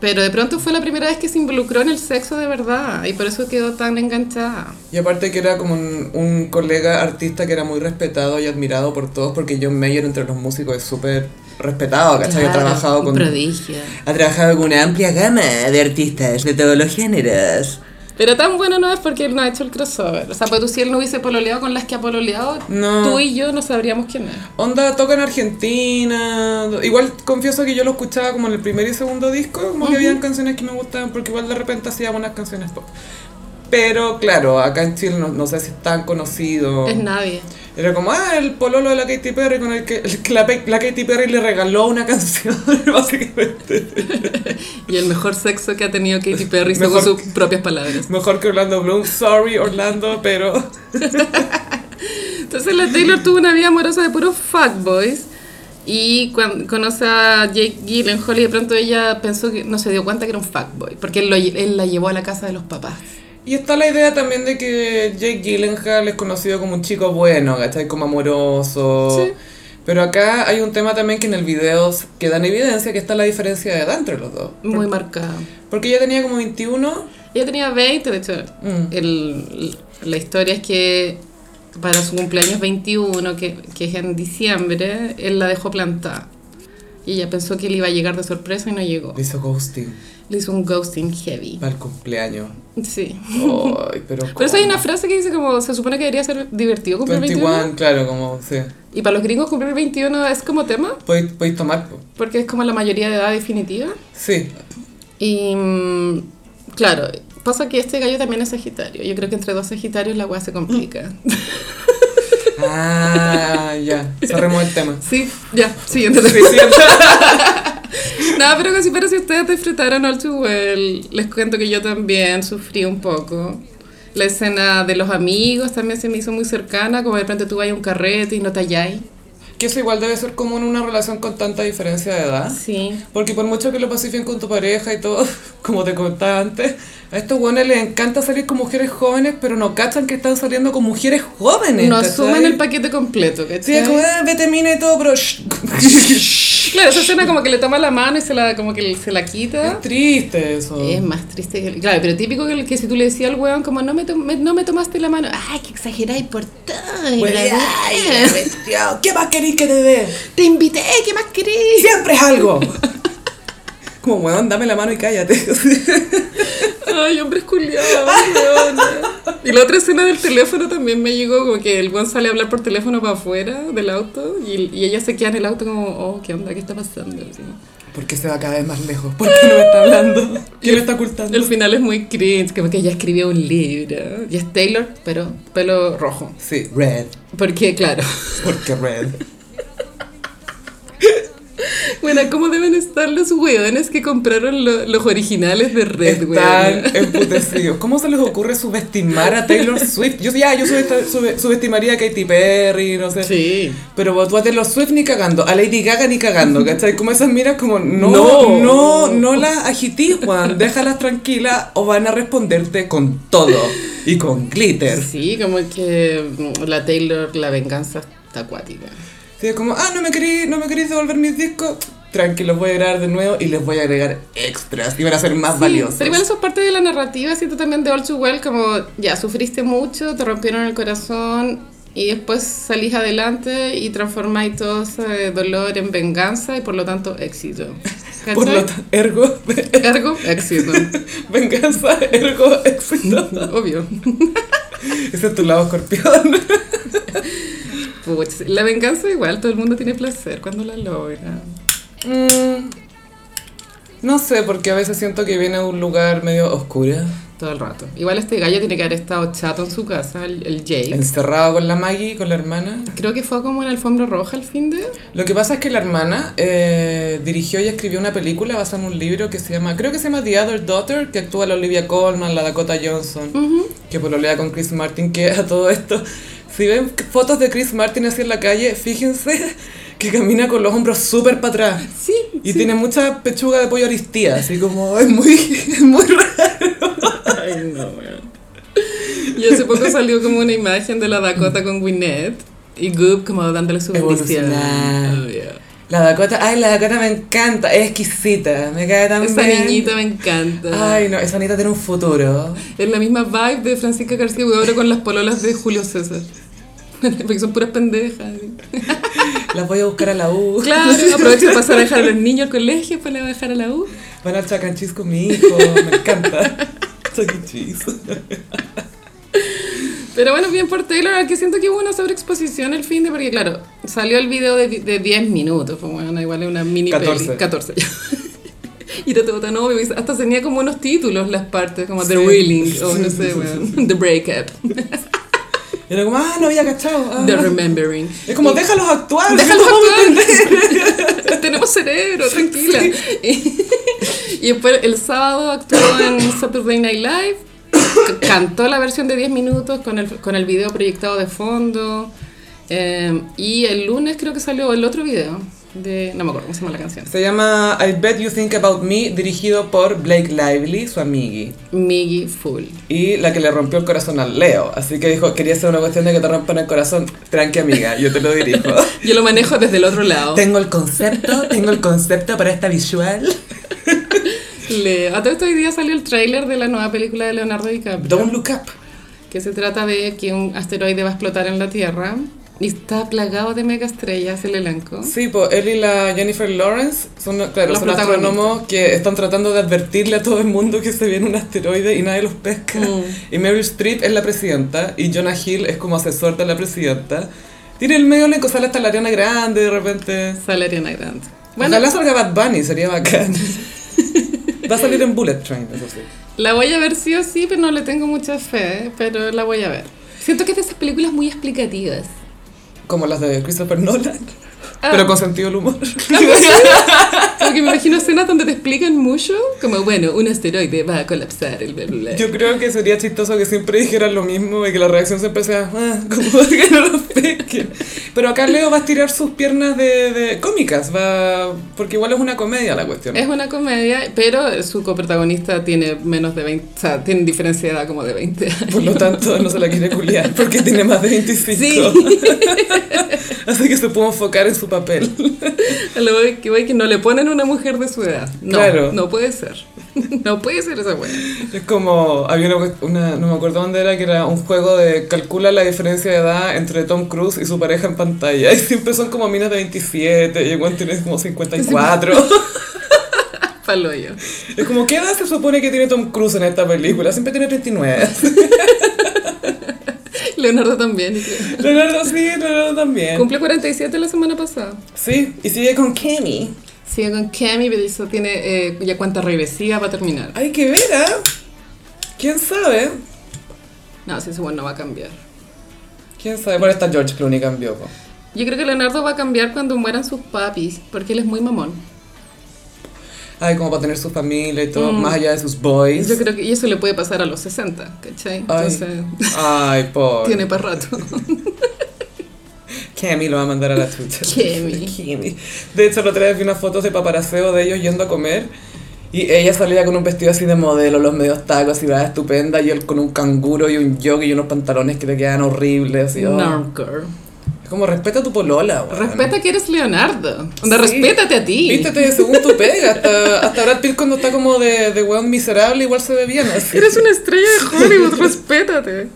S2: Pero de pronto fue la primera vez que se involucró en el sexo de verdad y por eso quedó tan enganchada.
S1: Y aparte que era como un, un colega artista que era muy respetado y admirado por todos, porque John Mayer entre los músicos es súper respetado, ¿cachai? ha
S2: Claro,
S1: trabajado
S2: un
S1: con...
S2: prodigio.
S1: Ha trabajado con una amplia gama de artistas de todos los géneros.
S2: Pero tan bueno no es porque él no ha hecho el crossover. O sea, pues tú si él no hubiese pololeado con las que ha pololeado,
S1: No.
S2: tú y yo no sabríamos quién es.
S1: Onda toca en Argentina. Igual confieso que yo lo escuchaba como en el primer y segundo disco, como que habían canciones que me gustaban, porque igual de repente hacía buenas canciones pop. Pero claro, acá en Chile no, no sé si es tan conocido.
S2: Es nadie.
S1: Era como, ah, el pololo de la Katy Perry con el que el que la, Pe- la Katy Perry le regaló una canción, básicamente.
S2: Y el mejor sexo que ha tenido Katy Perry
S1: Mejor-
S2: según sus propias palabras.
S1: Mejor que Orlando Bloom. Sorry, Orlando, pero.
S2: Entonces la Taylor tuvo una vida amorosa de puros fuckboys y cuando conoce a Jake Gyllenhaal y de pronto ella pensó que no se dio cuenta que era un fuckboy porque él, lo lle- él la llevó a la casa de los papás.
S1: Y está la idea también de que Jake Gyllenhaal es conocido como un chico bueno, ¿cachai? Como amoroso.
S2: Sí.
S1: Pero acá hay un tema también que en el video s- queda en evidencia, que está la diferencia de edad entre los dos.
S2: Muy marcada.
S1: Porque ella tenía como 21.
S2: Ella tenía 20, de hecho,
S1: Mm.
S2: el- la historia es que para su cumpleaños 21, que, que es en diciembre, él la dejó plantada. Y ella pensó que él iba a llegar de sorpresa y no llegó.
S1: Le hizo ghosting
S2: Le hizo un ghosting heavy.
S1: para el cumpleaños.
S2: Sí.
S1: Ay, pero
S2: Por eso hay
S1: ¿cómo?
S2: una frase que dice como, se supone que debería ser divertido cumplir 21.
S1: 21, claro, como, sí.
S2: Y para los gringos cumplir 21 es como tema,
S1: Podéis, podéis tomar, po.
S2: porque es como la mayoría de edad definitiva.
S1: sí.
S2: Y mm, claro, pasa que este gallo también es sagitario. Yo creo que entre dos sagitarios la weá se complica.
S1: Ah, ya, cerremos el tema.
S2: sí, ya, siguiente.
S1: Sí, sí,
S2: Nada, pero casi para si ustedes disfrutaron All Too Well, les cuento que yo también sufrí un poco. La escena de los amigos también se me hizo muy cercana, como de repente tú vas a un carrete y no te halláis.
S1: que eso igual debe ser común en una relación con tanta diferencia de edad.
S2: Sí.
S1: Porque por mucho que lo pacifiquen con tu pareja y todo, como te contaba antes, a estos hueones les encanta salir con mujeres jóvenes, pero no cachan que están saliendo con mujeres jóvenes.
S2: No
S1: ¿cachai?
S2: asumen el paquete completo, ¿cachai?
S1: Sí, es como, "Ah, vete mina y todo, pero... shh".
S2: Claro, esa escena como que le toma la mano y se la, como que se la quita.
S1: es triste eso.
S2: Es más triste que... Claro, pero típico que, que si tú le decías al weón como no me, to- me- no me tomaste la mano. Ay, que exageráis por todo. y
S1: Huele,
S2: la
S1: "Ay,
S2: weá.
S1: cuestión, ¿Qué más querés que te dé?
S2: Te invité, ¿qué más querés?
S1: Siempre es algo. Como, weón, dame la mano y cállate.
S2: Ay, hombres culiados, weona. Y la otra escena del teléfono también me llegó como que el weón sale a hablar por teléfono para afuera del auto y, y ella se queda en el auto como, oh, ¿qué onda? ¿Qué está pasando? Así.
S1: ¿Por qué se va cada vez más lejos? ¿Por qué no me está hablando? ¿Quién me está ocultando?
S2: El final es muy cringe, como que ella escribió un libro. Y es Taylor, pero pelo rojo.
S1: Sí, red.
S2: Porque, claro.
S1: Porque red.
S2: Bueno, ¿cómo deben estar los weones que compraron lo- los originales de Red, weón?
S1: Están emputecidos. ¿Cómo se les ocurre subestimar a Taylor Swift? Yo ya, yo subest- sube- subestimaría a Katy Perry, no sé.
S2: Sí.
S1: Pero vos- tú a Taylor Swift ni cagando, a Lady Gaga ni cagando, ¿cachai? Como esas miras como, no,
S2: No.
S1: no, no, las agitís, Juan, déjalas tranquilas o van a responderte con todo y con glitter.
S2: Sí, como que mm, la Taylor, la venganza está acuática.
S1: Sí, es como, ah, no me querís, no me querís devolver mis discos, tranqui, los voy a grabar de nuevo y les voy a agregar extras y van a ser más
S2: Sí,
S1: valiosos.
S2: Pero igual eso es parte de la narrativa, siento también de All Too Well, como ya sufriste mucho, te rompieron el corazón y después salís adelante y transformáis todo ese dolor en venganza y por lo tanto éxito.
S1: Por lo
S2: ¿Cachai?
S1: tanto, ergo,
S2: Ergo, éxito.
S1: venganza, ergo, éxito.
S2: Obvio.
S1: Ese es tu lado escorpión.
S2: Puch, la venganza igual, todo el mundo tiene placer cuando la logra.
S1: Mm, no sé, porque a veces siento que viene a un lugar medio oscuro,
S2: Todo el rato. Igual este gallo tiene que haber estado chato en su casa, el, el Jake.
S1: encerrado con la Maggie, con la hermana.
S2: Creo que fue como en alfombra roja al fin de...
S1: Lo que pasa es que la hermana eh, dirigió y escribió una película basada en un libro que se llama, creo que se llama The Other Daughter, que actúa la Olivia Colman, la Dakota Johnson, que pololea con Chris Martin, que a todo esto, si ven fotos de Chris Martin así en la calle, fíjense que camina con los hombros súper para atrás.
S2: Sí.
S1: Y tiene mucha pechuga de pollo aristía, así como es muy, es muy raro.
S2: Ay, no, weón. Y hace poco salió como una imagen de la Dakota con Gwyneth y Goop como dándole su bendición.
S1: Evolucionar.
S2: Obvio.
S1: La Dakota, ay, la Dakota me encanta, es exquisita, me cae tan
S2: Esa
S1: bien.
S2: niñita me encanta.
S1: Ay, no, esa niñita tiene un futuro.
S2: Es la misma vibe de Francisca García ahora con las pololas de Julio César. Porque son puras pendejas.
S1: Las voy a buscar a la U.
S2: Claro, aprovecho de pasar a dejar a los niños al colegio para dejar a la U.
S1: Van al chacanchis con mi hijo, me encanta. E. Chacanchis.
S2: Pero bueno, bien por Taylor, que siento que hubo una sobreexposición el fin de, porque claro, salió el video de, di- de 10 minutos, pues bueno, igual es una mini
S1: 14.
S2: peli. 14. y era todo tan obvio, y hasta tenía como unos títulos las partes, como The
S1: Sí.
S2: Reeling, o no sé, weón, The Breakup,
S1: Y era como, ah, no había cachado. ah.
S2: The Remembering.
S1: Es como, déjalos actuar.
S2: Déjalos
S1: ¿cómo
S2: actuar.
S1: entender?
S2: Tenemos cerebro, tranquila. Y, y después el sábado actuó en Saturday Night Live, c- cantó la versión de 10 minutos con el, con el video proyectado de fondo. eh, y el lunes creo que salió el otro video de... No me acuerdo cómo se llama la canción.
S1: Se llama I Bet You Think About Me, dirigido por Blake Lively, su amigui.
S2: Miggy Full.
S1: Y la que le rompió el corazón al Leo. Así que dijo, quería hacer una cuestión de que te rompan el corazón. Tranqui, amiga, yo te lo dirijo.
S2: Yo lo manejo desde el otro lado.
S1: Tengo el concepto, tengo el concepto para esta visual.
S2: Le- a todo esto hoy día salió el tráiler de la nueva película de Leonardo DiCaprio.
S1: Don't look up.
S2: que se trata de que un asteroide va a explotar en la Tierra y está plagado de megaestrellas el elenco.
S1: Sí, pues él y la Jennifer Lawrence son, claro,
S2: Los
S1: son
S2: protagonistas.
S1: astrónomos que están tratando de advertirle a todo el mundo que se viene un asteroide y nadie los pesca.
S2: Mm.
S1: Y Meryl Streep es la presidenta y Jonah Hill es como asesor de la presidenta. Tiene el medio elenco, sale hasta la Ariana Grande de repente.
S2: Sale Ariana Grande.
S1: Bueno,
S2: Bueno,
S1: Ojalá salga Bad Bunny, sería bacán. Va a salir en Bullet Train, eso sí.
S2: la voy a ver sí o sí, pero no le tengo mucha fe, pero la voy a ver. Siento que es de esas películas muy explicativas.
S1: Como las de Christopher Nolan,
S2: Ah.
S1: pero con sentido del humor.
S2: Porque me imagino escenas donde te explican mucho, como bueno, un asteroide va a colapsar el bla, bla, bla.
S1: Yo creo que sería chistoso que siempre dijeran lo mismo y que la reacción siempre sea, "Ah", como que no los pesquen. Pero acá Leo va a estirar sus piernas de, de cómicas, va porque igual es una comedia la cuestión.
S2: Es una comedia, pero su coprotagonista tiene menos de 20, o sea, tiene diferencia de edad como de 20 años.
S1: Por lo tanto, no se la quiere culiar porque tiene más de 25. Así que se pudo enfocar en su papel.
S2: A lo que voy que no le ponen una mujer de su edad. No,
S1: Claro.
S2: no puede ser. No puede ser esa wea.
S1: Es como, había una, una- no me acuerdo dónde era, que era un juego de calcula la diferencia de edad entre Tom Cruise y su pareja en pantalla. Y siempre son como minas de 27 y el weón tiene como 54.
S2: Palo yo.
S1: Es como, ¿qué edad se supone que tiene Tom Cruise en esta película? Siempre tiene 39.
S2: Leonardo también. yo creo.
S1: Leonardo sí, Leonardo también.
S2: Cumple 47 la semana pasada.
S1: Sí, y sigue con Kenny.
S2: Sigue con Cami, pero eso tiene eh, ya cuánta regresiva va a terminar.
S1: Hay que ver, ¿ah? ¿Quién sabe?
S2: No, si ese bueno no va a cambiar.
S1: ¿Quién sabe? Bueno, está George Clooney cambió. po.
S2: Yo creo que Leonardo va a cambiar cuando mueran sus papis, porque él es muy mamón.
S1: Ay, como para tener su familia y todo,
S2: Mm.
S1: más allá de sus boys.
S2: Yo creo que y eso le puede pasar a los 60, ¿cachai?
S1: Ay.
S2: Entonces,
S1: Ay, por.
S2: tiene para rato.
S1: Kemi lo va a mandar a la chucha.
S2: Kemi.
S1: Kemi. De hecho, la otra vez vi unas fotos de paparaceo de ellos yendo a comer. Y ella salía con un vestido así de modelo, los medios tacos y va estupenda. Y él con un canguro y un yogi y unos pantalones que le quedan horribles. Así, oh.
S2: Normcore.
S1: Es como respeta tu polola, weón.
S2: Respeta que eres Leonardo. Onda,
S1: Sí.
S2: respétate a ti.
S1: Vístete según tu pega. Hasta, hasta Brad Pitt cuando está como de, de weón miserable igual se ve bien. Así.
S2: Eres una estrella de Hollywood, respétate.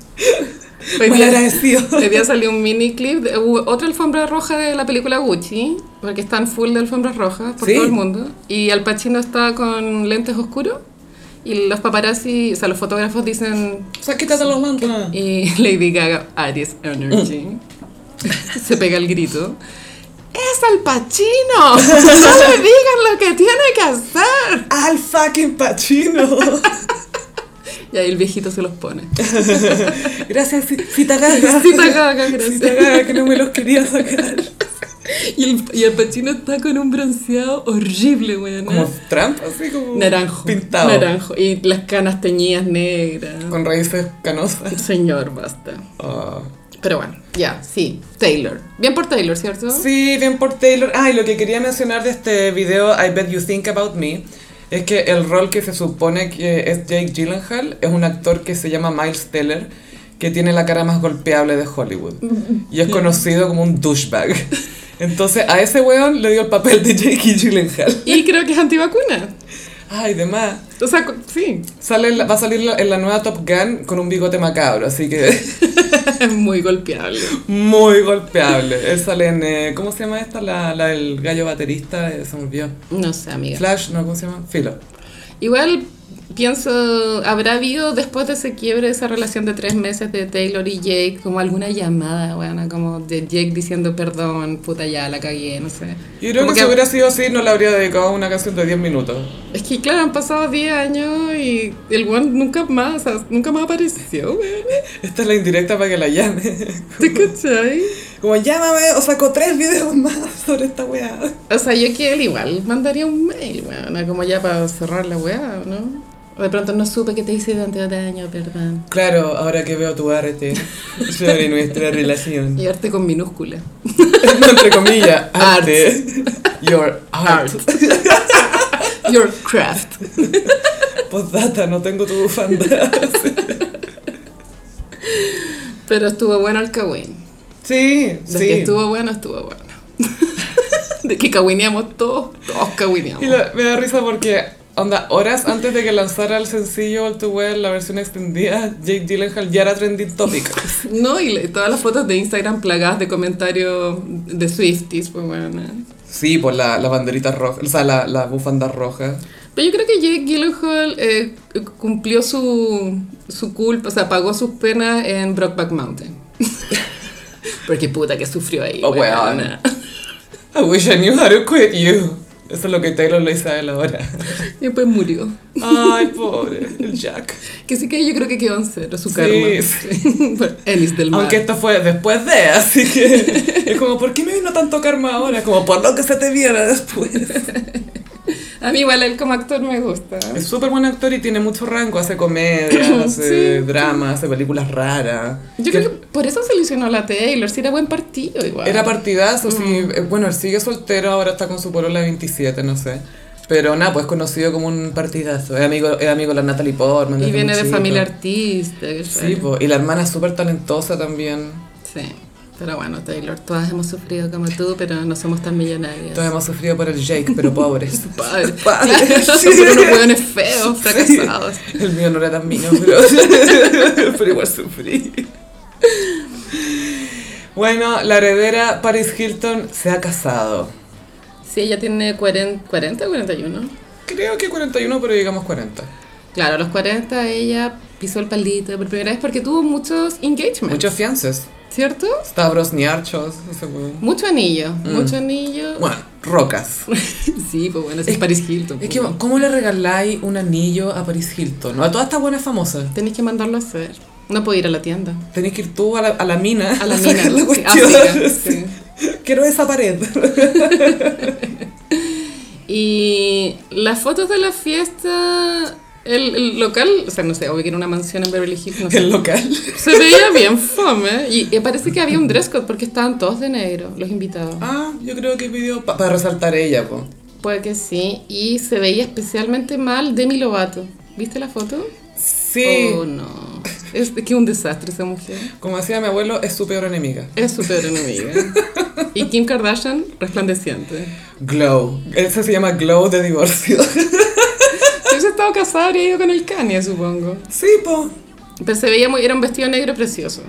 S2: Hoy
S1: Mal
S2: día,
S1: agradecido.
S2: hoy día salió un mini clip, de- hubo otra alfombra roja de la película Gucci, porque están full de alfombras rojas por
S1: Sí.
S2: todo el mundo. Y Al Pacino está con lentes oscuros y los paparazzi, o sea, los fotógrafos dicen,
S1: O sea, quítate los mantos.
S2: y Lady Gaga, Aries Energy, se pega el grito. ¡Es Al Pacino! ¡No le digan lo que tiene que hacer!
S1: Al fucking Pacino.
S2: Y ahí el viejito se los pone.
S1: Gracias, ci- cita gaga.
S2: Cita Gaga, gracias.
S1: Cita gaga, que no me los quería sacar.
S2: Y el, y el Pacino está con un bronceado horrible, weón. ¿eh?
S1: Como Trump, así como.
S2: Naranjo.
S1: Pintado.
S2: Naranjo. Y las canas teñidas negras.
S1: Con raíces canosas.
S2: Señor, basta.
S1: Ah.
S2: Pero bueno, ya, sí. Taylor. Bien por Taylor, ¿cierto?
S1: Sí, bien por Taylor. Ah, y lo que quería mencionar de este video, I Bet You Think About Me, es que el rol que se supone que es Jake Gyllenhaal es un actor que se llama Miles Teller, que tiene la cara más golpeable de Hollywood. Y es conocido como un douchebag. Entonces a ese weón le dio el papel de Jake Gyllenhaal.
S2: Y creo que es antivacuna.
S1: Ay, demás.
S2: O sea, cu- sí.
S1: Sale en la- va a salir la- en la nueva Top Gun con un bigote macabro, así que
S2: Es muy golpeable.
S1: muy golpeable. Él sale en... eh, ¿Cómo se llama esta? La, la del gallo baterista, eh, se me olvidó.
S2: No sé, amiga.
S1: Flash, no, ¿cómo se llama? Filo.
S2: Igual pienso, ¿habrá habido después de ese quiebre, de esa relación de tres meses de Taylor y Jake, como alguna llamada, weón, como de Jake diciendo perdón, puta ya, la cagué, no sé.
S1: Yo creo
S2: Como
S1: que, si hubiera sido así, no le habría dedicado una canción de 10 minutos.
S2: Es que claro, han pasado 10 años y el one nunca más, o sea, nunca más apareció, weón.
S1: Esta es la indirecta para que la llame.
S2: ¿Te cachai?
S1: Como llámame o saco tres videos más sobre esta weá.
S2: O sea, yo que él igual mandaría un mail, weón, como ya para cerrar la weá, ¿no? O De pronto no supe que te hice durante otro año, perdón.
S1: Claro, ahora que veo tu arte sobre nuestra relación.
S2: Y arte con minúscula.
S1: No, entre comillas,
S2: Art.
S1: arte. Your art.
S2: Your craft.
S1: Postdata, no tengo tu bufanda.
S2: Pero estuvo bueno el cagüín.
S1: Sí,
S2: De que
S1: sí.
S2: estuvo bueno, estuvo bueno. de que cagüineamos todos, todos cagüineamos.
S1: Y la- me da risa porque, onda, horas antes de que lanzara el sencillo All Too Well, la versión extendida, Jake Gyllenhaal ya era trending topic.
S2: No, y le- todas las fotos de Instagram plagadas de comentarios de Swifties, pues bueno.
S1: Sí, por la, la banderita roja, o sea, la, la bufanda roja.
S2: Pero yo creo que Jake Gyllenhaal eh, cumplió su, su culpa, o sea, pagó sus penas en Brockback Mountain. Porque puta que sufrió ahí.
S1: Oh,
S2: weón.
S1: weón. I wish I knew how to quit you. Eso es lo que Taylor le dice a él ahora.
S2: Y después murió.
S1: Ay, pobre, el Jack.
S2: Que sí que yo creo que quedó en cero su
S1: Sí,
S2: karma. Por Ellis del Mar.
S1: Aunque esto fue después de, así que es como, ¿por qué me vino tanto karma ahora? Como por lo que se te viera después.
S2: A mí igual él como actor me gusta.
S1: Es súper buen actor y tiene mucho rango, hace comedia, hace drama, hace películas raras.
S2: Yo creo que por eso se ilusionó la Taylor, si era buen partido igual.
S1: Era partidazo, sí.
S2: Mm.
S1: Eh, Bueno, él sigue soltero, ahora está con su polola de 27, no sé. Pero nada, pues conocido como un partidazo. Es amigo, es amigo de la Natalie Portman.
S2: Y
S1: desde
S2: viene de
S1: muy
S2: familia
S1: chico.
S2: artista. que
S1: Sí,
S2: fue.
S1: po, y la hermana es súper talentosa también.
S2: Sí. Pero bueno, Taylor, todas hemos sufrido como tú, pero no somos tan millonarias.
S1: Todos hemos sufrido por el Jake, pero pobres.
S2: Padre.
S1: Padre,
S2: Claro,
S1: sí.
S2: son unos hueones feos, fracasados.
S1: El mío no era tan mío, pero, pero igual sufrí. Bueno, la heredera Paris Hilton se ha casado.
S2: Sí, ella tiene 40, 40 o 41.
S1: Creo que 41, pero digamos 40.
S2: Claro, a los 40 ella pisó el palito por primera vez porque tuvo muchos engagements,
S1: Muchos fiances.
S2: ¿cierto?
S1: Stavros ni archos, ese weón.
S2: Mucho anillo,
S1: Mm.
S2: mucho anillo.
S1: Bueno, rocas.
S2: sí, pues bueno, ese es Paris Hilton.
S1: Es que, ¿cómo le regaláis un anillo a Paris Hilton? A todas estas buenas famosas.
S2: Tenéis que mandarlo a hacer. No puedo ir a la tienda.
S1: Tenés que ir tú a la, a la mina.
S2: A la mina.
S1: sacar la
S2: sí,
S1: cuestión.
S2: África, sí.
S1: Quiero esa pared.
S2: Y las fotos de la fiesta, el, el local, o sea, no sé, obvio que era una mansión en Beverly Hills, no sé.
S1: El local.
S2: Se veía bien fome y, y parece que había un dress code porque estaban todos de negro, los invitados.
S1: Ah, yo creo que pidió pa- para resaltar ella, po.
S2: Puede que sí, y se veía especialmente mal Demi Lovato. ¿Viste la foto?
S1: Sí.
S2: Oh, no. Es que un desastre esa mujer.
S1: Como decía mi abuelo, es su peor enemiga.
S2: Es su peor enemiga. Y Kim Kardashian, resplandeciente.
S1: Glow. Ese se llama Glow de divorcio.
S2: Se hubiese estado casada, habría ido con el Kanye, supongo.
S1: sí, po.
S2: Pero se veía muy. Era un vestido negro precioso.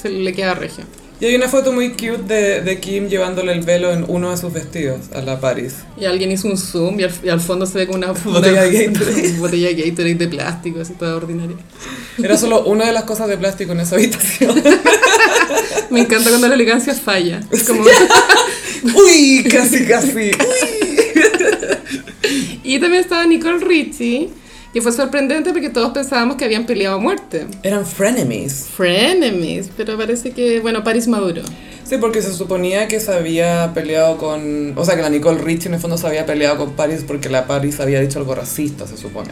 S2: Se le queda regio.
S1: Y hay una foto muy cute de, de Kim llevándole el velo en uno de sus vestidos a la Paris.
S2: Y alguien hizo un zoom y al, y al fondo se ve como una
S1: Botella
S2: una-
S1: de Gatorade.
S2: botella de Gatorade de plástico, así toda ordinaria.
S1: Era solo una de las cosas de plástico en esa habitación.
S2: Me encanta cuando la elegancia falla. Es como-
S1: Uy, casi, casi.
S2: y también estaba Nicole Richie, que fue sorprendente porque todos pensábamos que habían peleado a muerte.
S1: Eran frenemies.
S2: Frenemies, pero parece que, bueno, Paris maduró.
S1: Sí, porque se suponía que se había peleado con... O sea, que la Nicole Richie en el fondo se había peleado con Paris porque la Paris había dicho algo racista, se supone.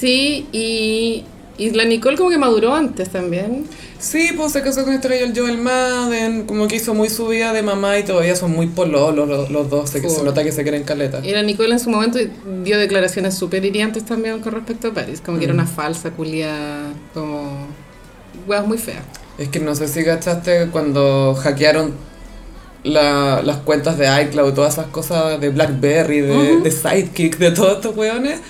S2: Sí, y, y la Nicole como que maduró antes también.
S1: Sí, pues se casó con este gallo, el Joel Madden, como que hizo muy su vida de mamá y todavía son muy pololos los, los dos, se, que se
S2: Full.
S1: nota que se quieren caleta.
S2: Y la Nicole en su momento dio declaraciones súper hirientes también con respecto a Paris, como que era una falsa culia, como... Weas muy fea.
S1: Es que no sé si cachaste cuando hackearon la- las cuentas de iCloud, todas esas cosas de Blackberry, de, de Sidekick, de todos estos weones.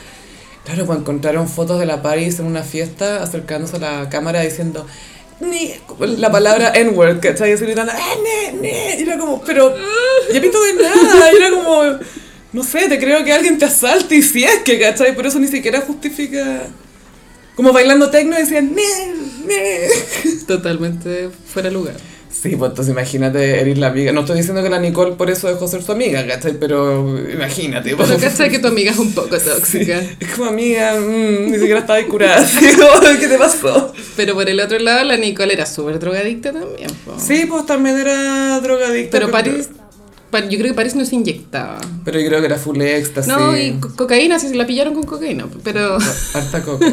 S1: Claro, cuando encontraron fotos de la Paris en una fiesta, acercándose a la cámara diciendo ni, la palabra N-word, ¿cachai? Y así gritando, "Eh, ne, ne", Y era como, pero, ya pito de nada. Y era como, no sé, te creo que alguien te asalte y si es que, ¿cachai? Pero eso ni siquiera justifica. Como bailando techno decían, ne, ne.
S2: Totalmente fuera de lugar.
S1: Sí, pues entonces imagínate, eres la amiga. No estoy diciendo que la Nicole por eso dejó ser su amiga, ¿cachai? Pero imagínate.
S2: Pero
S1: pues.
S2: cachai que tu amiga es un poco
S1: Sí,
S2: tóxica.
S1: Es como amiga, mm, ni siquiera estaba ahí curada. así como, ¿Qué te pasó?
S2: Pero por el otro lado, la Nicole era súper drogadicta también. po.
S1: Sí, pues también era drogadicta.
S2: Pero Paris, Pa- yo creo que Paris no se inyectaba.
S1: Pero yo creo que era full éxtasis.
S2: No, y co- cocaína, sí, se la pillaron con cocaína. Pero,
S1: Harta coca.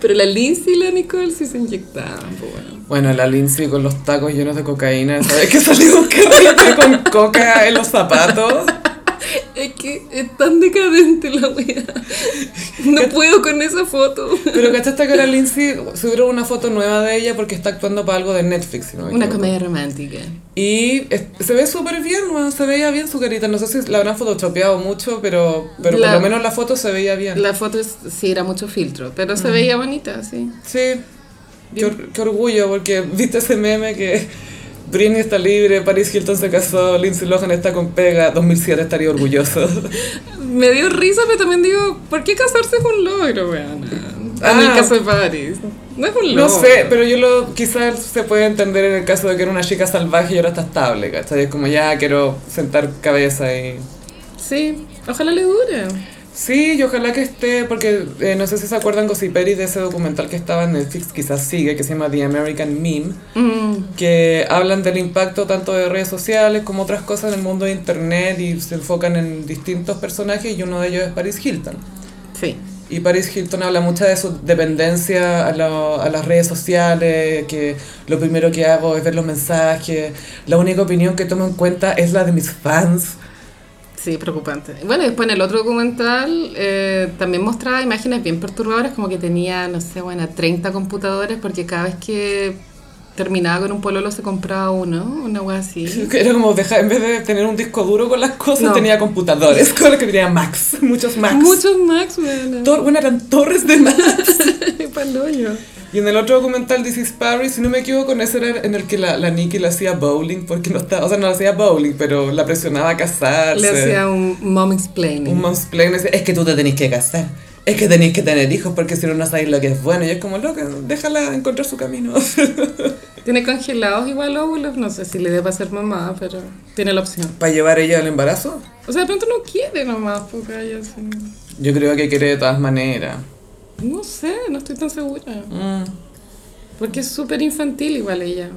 S2: pero la Lindsay y la Nicole sí se inyectaban. po, bueno.
S1: Bueno, la Lindsay con los tacos llenos de cocaína, ¿sabes? Que salió un carrete con coca en los zapatos.
S2: Eh, Es que es tan decadente la wea. No puedo con esa foto.
S1: Pero cachaste que la Lindsay subieron una foto nueva de ella porque está actuando para algo de Netflix, si no me
S2: Una
S1: equivoco.
S2: comedia romántica.
S1: Y es- se ve súper bien, weón, se veía bien su carita. No sé si la habrán photoshopeado mucho, pero, pero
S2: La-
S1: por lo menos la foto se veía bien.
S2: La foto es- sí era mucho filtro, pero se veía bonita, sí.
S1: Sí, qué, or- qué orgullo, porque viste ese meme que Britney está libre, Paris Hilton se casó, Lindsay Lohan está con pega, 2007 estaría orgulloso.
S2: Me dio risa, pero también digo, ¿por qué casarse es un logro, weona?
S1: Ah.
S2: En el caso de Paris. No es un logro.
S1: No sé, pero yo lo quizás se puede entender en el caso de que era una chica salvaje y ahora está estable, ¿cachai? Es como ya quiero sentar cabeza y...
S2: Sí, ojalá le dure.
S1: Sí, y ojalá que esté, porque eh, no sé si se acuerdan Gossiperi de ese documental que estaba en Netflix, quizás sigue, que se llama The American Meme,
S2: Mm,
S1: que hablan del impacto tanto de redes sociales como otras cosas en el mundo de internet y se enfocan en distintos personajes y uno de ellos es Paris Hilton.
S2: Sí.
S1: Y Paris Hilton habla mucho de su dependencia a, lo- a las redes sociales, que lo primero que hago es ver los mensajes, la única opinión que tomo en cuenta es la de mis fans.
S2: Sí, preocupante. Bueno, y después en el otro documental eh, también mostraba imágenes bien perturbadoras, como que tenía, no sé, bueno, 30 computadores, porque cada vez que terminaba con un pololo se compraba uno, una wea así.
S1: Era como dejar, en vez de tener un disco duro con las cosas,
S2: No.
S1: tenía computadores, con lo que tenía Max, muchos Max.
S2: Muchos Max, weona.
S1: Tor- bueno, eran torres de Max.
S2: Pa'l hoyo.
S1: Y en el otro documental, This is Paris, si no me equivoco, en ese era en el que la, la Nikki le hacía bowling, porque no estaba, o sea, no le hacía bowling, pero la presionaba a casarse.
S2: Le hacía un mom explaining.
S1: Ah, un mansplain decía, es que tú te tenés que casar, es que tenés que tener hijos, porque si no, no sabéis lo que es bueno. Y es como, loca, déjala encontrar su camino.
S2: Tiene congelados igual óvulos, no sé si le deba ser mamá, pero tiene la opción.
S1: ¿Para llevar ella al embarazo?
S2: O sea, de pronto no quiere nomás, porque hay así.
S1: Yo creo que quiere de todas maneras.
S2: No sé, no estoy tan segura.
S1: Mm.
S2: Porque es súper infantil igual ella.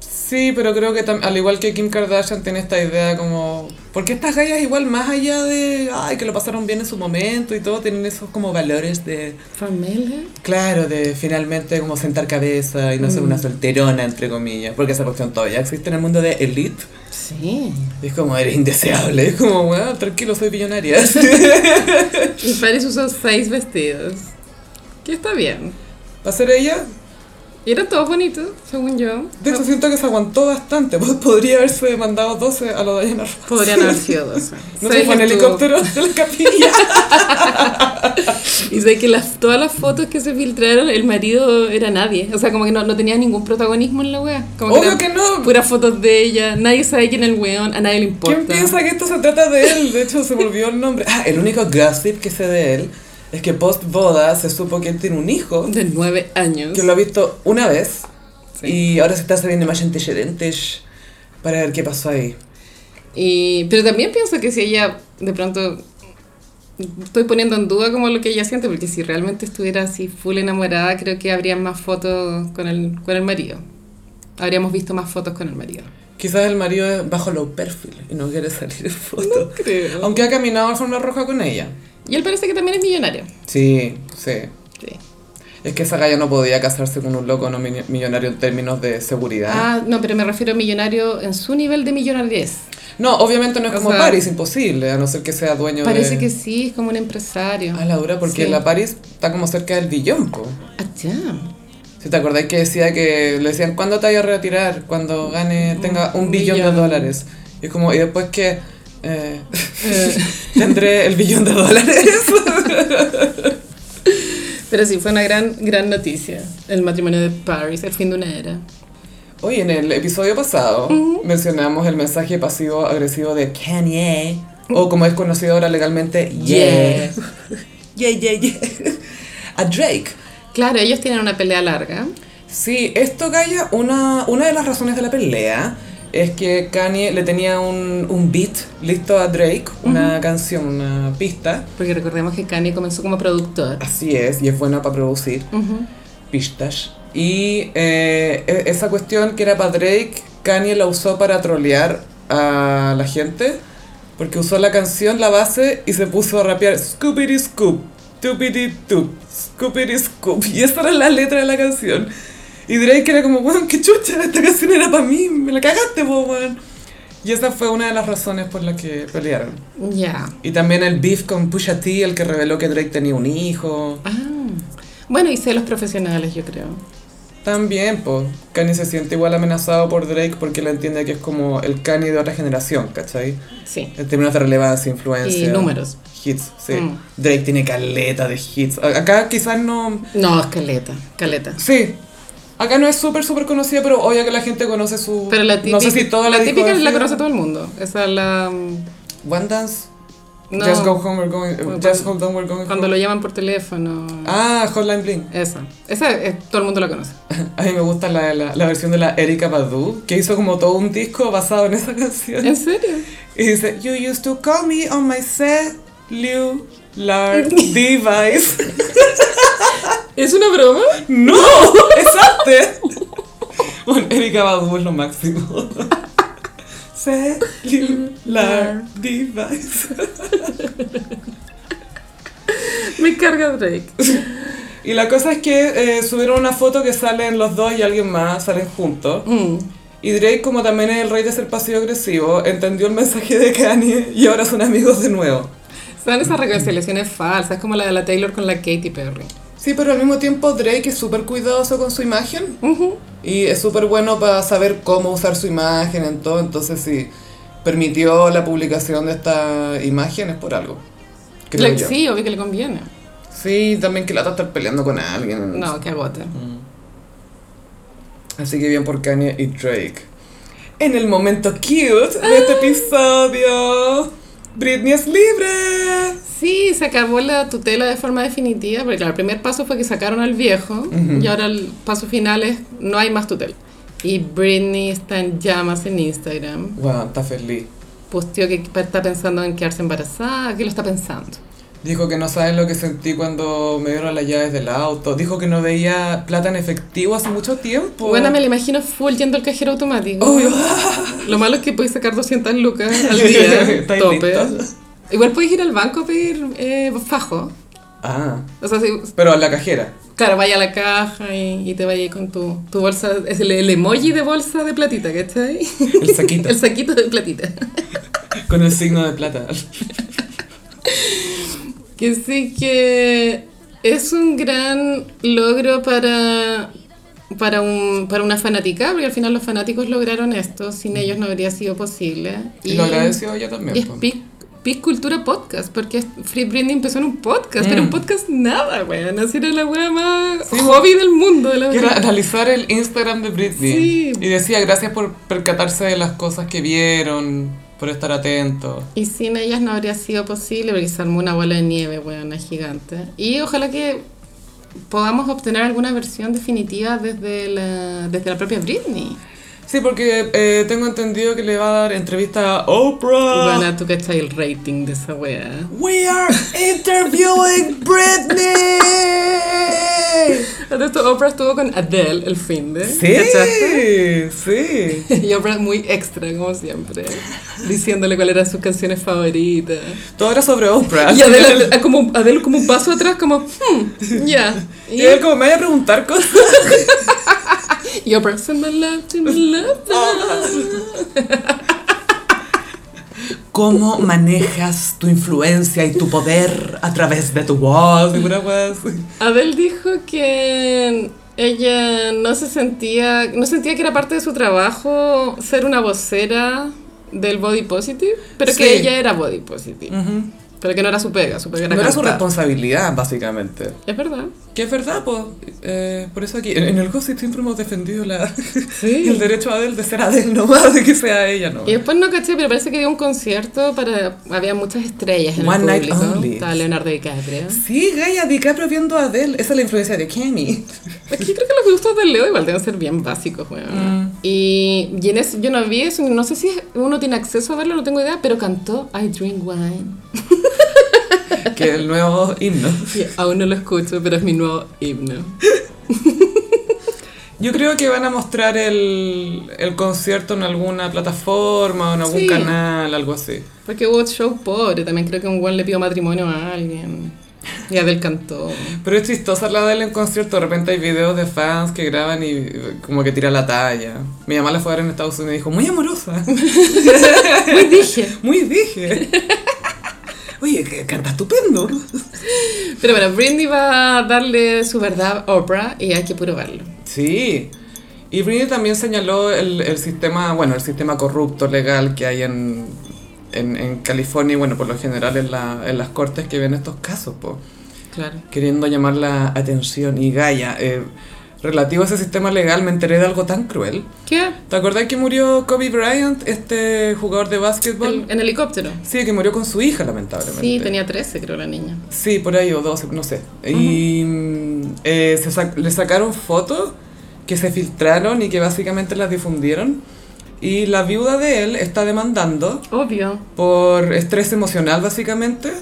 S1: Sí, pero creo que tam- al igual que Kim Kardashian tiene esta idea como... Porque estas gallas igual más allá de... Ay, que lo pasaron bien en su momento y todo, tienen esos como valores de...
S2: Familia.
S1: Claro, de finalmente como sentar cabeza y no
S2: Mm.
S1: ser una solterona, entre comillas. Porque esa cuestión todavía existe en el mundo de elite.
S2: Sí.
S1: Y Es como, eres indeseable. Es como, bueno, tranquilo, soy billonaria.
S2: Y Paris usó seis vestidos. Que está bien.
S1: ¿Va a ser ella?
S2: Y eran todos bonitos, según yo.
S1: De hecho, siento que se aguantó bastante. pues Podría haberse mandado 12 a los Diana Ross.
S2: Podrían haber sido dos.
S1: No se fue en helicóptero de la capilla.
S2: Y sé que las, todas las fotos que se filtraron, el marido era nadie. O sea, como que no, no tenía ningún protagonismo en la wea. Como
S1: Obvio
S2: eran
S1: que no.
S2: Puras fotos de ella. Nadie sabe quién es el weón. A nadie le importa.
S1: ¿Quién piensa que esto se trata de él? De hecho, se volvió el nombre. Ah, el único gossip que sé de él es que post boda se supo que él tiene un hijo
S2: De nueve años.
S1: que lo ha visto una vez
S2: Sí.
S1: y ahora se está saliendo más antecedentes para ver qué pasó ahí.
S2: Y, pero también pienso que si ella de pronto estoy poniendo en duda como lo que ella siente, porque si realmente estuviera así full enamorada, creo que habría más fotos con el, con el marido. Habríamos visto más fotos con el marido.
S1: Quizás el marido es bajo low perfil y no quiere salir en foto.
S2: Creo.
S1: Aunque ha caminado de forma roja con ella.
S2: Y él parece que también es millonario.
S1: Sí, sí.
S2: Sí.
S1: Es que esa galla no podía casarse con un loco no mi- millonario en términos de seguridad.
S2: Ah, no, pero me refiero a millonario en su nivel de millonariez.
S1: No, obviamente no es
S2: O
S1: como
S2: sea-
S1: Paris, imposible, a no ser que sea dueño
S2: Parece
S1: de...
S2: que sí, es como un empresario.
S1: Ah, Laura, porque
S2: Sí. Ah,
S1: la Paris está como cerca del billón, po.
S2: Achá.
S1: Si te acordás que decía que le decían, ¿cuándo te vayas a retirar? Cuando gane, tenga un,
S2: un
S1: billón,
S2: billón.
S1: de dólares. Y es como, y después que... eh, tendré el billón de dólares.
S2: Pero sí, fue una gran, gran noticia. El matrimonio de Paris, el fin de una era.
S1: Hoy en el episodio pasado mencionamos el mensaje pasivo-agresivo de Kanye, o como es conocido ahora legalmente, yeah. Yeah, yeah, yeah. A Drake.
S2: Claro, ellos tienen una pelea larga.
S1: Sí, esto, Gaya, una, una de las razones de la pelea es que Kanye le tenía un, un beat listo a Drake, una canción, una pista.
S2: Porque recordemos que Kanye comenzó como productor.
S1: Así es, y es buena para producir
S2: Ujú.
S1: pistas. Y eh, e- esa cuestión que era para Drake, Kanye la usó para trolear a la gente, porque usó la canción, la base, y se puso a rapear Scoopity Scoop, Tupity Tup, Scoopity Scoop. Y esa era la letra de la canción. Y Drake era como, weón, qué chucha, esta canción era para mí, me la cagaste, po, weón. Y esa fue una de las razones por las que pelearon.
S2: Ya.
S1: Y también el beef con Pusha T, el que reveló que Drake tenía un hijo.
S2: Ah. Bueno, y celos profesionales, yo creo.
S1: También, pues, Kanye se siente igual amenazado por Drake porque él entiende que es como el Kanye de otra generación, ¿cachai?
S2: Sí.
S1: En términos de relevancia, influencia.
S2: Y números.
S1: Hits, sí.
S2: Mm.
S1: Drake tiene caleta de hits. A- Acá quizás no...
S2: No, caleta, caleta.
S1: Sí. Acá no es súper, súper conocida, pero obvio que la gente conoce su...
S2: Pero la típica,
S1: no sé si toda la,
S2: la, típica la
S1: discografía.
S2: conoce todo el mundo. Esa la... mm,
S1: One Dance.
S2: No,
S1: Just Go Home, We're Going...
S2: Cuando-
S1: Just Hold On, We're Going
S2: cuando
S1: home.
S2: lo llaman por teléfono.
S1: Ah, Hotline Bling.
S2: Esa. Esa eh, todo el mundo la conoce.
S1: A mí me gusta la, la, la versión de la Erika Badu, que hizo como todo un disco basado en esa canción.
S2: ¿En serio?
S1: Y dice, you used to call me on my cellular device.
S2: ¿Es una broma?
S1: ¡No! ¡Exacto! Bueno, Erika Badu es lo máximo. Cellular device.
S2: Me carga Drake.
S1: Y la cosa es que eh, subieron una foto que salen los dos y alguien más, salen juntos.
S2: Mm.
S1: Y Drake, como también es el rey de ser pasivo-agresivo, entendió el mensaje de Kanye y ahora son amigos de nuevo.
S2: Son esas reconciliaciones falsas, como la de la Taylor con la Katy Perry.
S1: Sí, pero al mismo tiempo Drake es súper cuidadoso con su imagen.
S2: Ujú.
S1: Y es súper bueno para saber cómo usar su imagen en todo, entonces si permitió la publicación de esta imagen es por algo. Creo
S2: Le-
S1: yo.
S2: sí, obvio que le conviene.
S1: Sí, también que lata estar peleando con alguien. Mm.
S2: No, que agota.
S1: Así que bien por Kanye y Drake. En el momento cute de este
S2: Ah.
S1: episodio, Britney es libre.
S2: Sí, se acabó la tutela de forma definitiva, porque claro, el primer paso fue que sacaron al viejo y ahora el paso final es no hay más tutela. Y Britney está en llamas en Instagram.
S1: Wow, está feliz.
S2: Posteó que está pensando en quedarse embarazada, que lo está pensando.
S1: Dijo que no sabe lo que sentí cuando me dieron las llaves del auto. Dijo que no veía plata en efectivo hace mucho tiempo.
S2: Bueno, me la imagino full yendo al cajero automático.
S1: Obvio.
S2: Lo malo es que puedes sacar 200 lucas al día,
S1: ¿Estáis
S2: tope.
S1: listos?
S2: Igual puedes ir al banco a pedir eh, fajo.
S1: Ah.
S2: O sea, si-
S1: Pero a la cajera.
S2: Claro, vaya a la caja y, y te vaya ahí con tu, tu bolsa, es el, el emoji de bolsa de platita, ¿cachai?
S1: El saquito.
S2: El saquito de platita.
S1: Con el signo de plata.
S2: Que sí que Es un gran logro para, para, un, para una fanática, porque al final los fanáticos lograron esto, sin ellos no habría sido posible.
S1: Mm. Y lo agradeció ella también.
S2: Y es
S1: po.
S2: Pic, Pic Cultura Podcast, porque es- Free Britney empezó en un podcast,
S1: Mm.
S2: pero un podcast nada, weón. Así era la weá más hobby del mundo. La
S1: Que era
S2: verdad.
S1: analizar el Instagram de Britney.
S2: Sí.
S1: Y decía gracias por percatarse de las cosas que vieron, por estar atento.
S2: Y sin ellas no habría sido posible, porque se armó una bola de nieve, weón, gigante. Y ojalá que podamos obtener alguna versión definitiva desde la, desde la propia Britney.
S1: Sí, porque eh, tengo entendido que le va a dar entrevista a Oprah.
S2: Bueno, tú cachai el rating de esa weá.
S1: We are interviewing Britney.
S2: De esto, Oprah estuvo con Adele el fin de.
S1: Sí, sí.
S2: Y Oprah muy extra, como siempre, diciéndole cuáles eran sus canciones favoritas.
S1: Todo era sobre Oprah.
S2: Y Adele, Adele como, Adele como un paso atrás, como, hmm, ya.
S1: Y él como me vaya a preguntar cosas.
S2: Y, y Oprah, send my love to my love.
S1: ¿Cómo manejas tu influencia y tu poder a través de tu voz? Y pura wea así.
S2: Adele dijo que ella no se sentía, no sentía que era parte de su trabajo ser una vocera del body positive, pero
S1: Sí.
S2: que ella era body positive.
S1: Ujú.
S2: Pero que no era su pega, su pega era
S1: No era su
S2: cantar.
S1: responsabilidad, básicamente.
S2: Es verdad.
S1: Que es verdad, pues. por eso aquí, en, en el gossip siempre hemos defendido la,
S2: Sí.
S1: el derecho a Adele de ser Adele nomás, de que sea ella, ¿no?
S2: Y después no caché, pero parece que dio un concierto para... Había muchas estrellas en
S1: One
S2: el
S1: Night
S2: público.
S1: Only.
S2: Estaba Leonardo DiCaprio.
S1: Sí, Gaia DiCaprio viendo a Adele. Esa es la influencia de Kenny.
S2: Es que yo creo que los gustos de Leo igual deben ser bien básicos, weón.
S1: Mm.
S2: Y, y en eso, yo no vi eso, no sé si es- uno tiene acceso a verlo, no tengo idea, pero cantó I Drink Wine.
S1: Que el nuevo himno.
S2: Y aún no lo escucho, pero es mi nuevo himno.
S1: Yo creo que van a mostrar el, el concierto en alguna plataforma o en algún
S2: Sí.
S1: canal, algo así.
S2: Porque hubo show pobre, también creo que un weón le pidió matrimonio a alguien. Y Adel cantó.
S1: Pero es chistosa la Adele en concierto. De repente hay videos de fans que graban y eh, como que tira la talla. Mi mamá la fue a ver en Estados Unidos y dijo, muy amorosa.
S2: Muy dije.
S1: Muy dije. Oye, que canta estupendo.
S2: Pero bueno, Britney va a darle su verdad a Oprah y hay que puro verlo.
S1: Sí. Y Britney también señaló el, el sistema, bueno, el sistema corrupto legal que hay en, en, en California y bueno, por lo general en, la- en las cortes que ven estos casos, po,
S2: Claro.
S1: queriendo llamar la atención. Y Gaia, eh, relativo a ese sistema legal, me enteré de algo tan cruel.
S2: ¿Qué?
S1: ¿Te acordás que murió Kobe Bryant, este jugador de básquetbol?
S2: En, en helicóptero.
S1: Sí, que murió con su hija, lamentablemente.
S2: Sí, tenía 13 creo la niña.
S1: Sí, por ahí, o 12, no sé. Y mm, eh, se sac- le sacaron fotos que se filtraron y que básicamente las difundieron. Y la viuda de él está demandando
S2: Obvio.
S1: por estrés emocional, básicamente,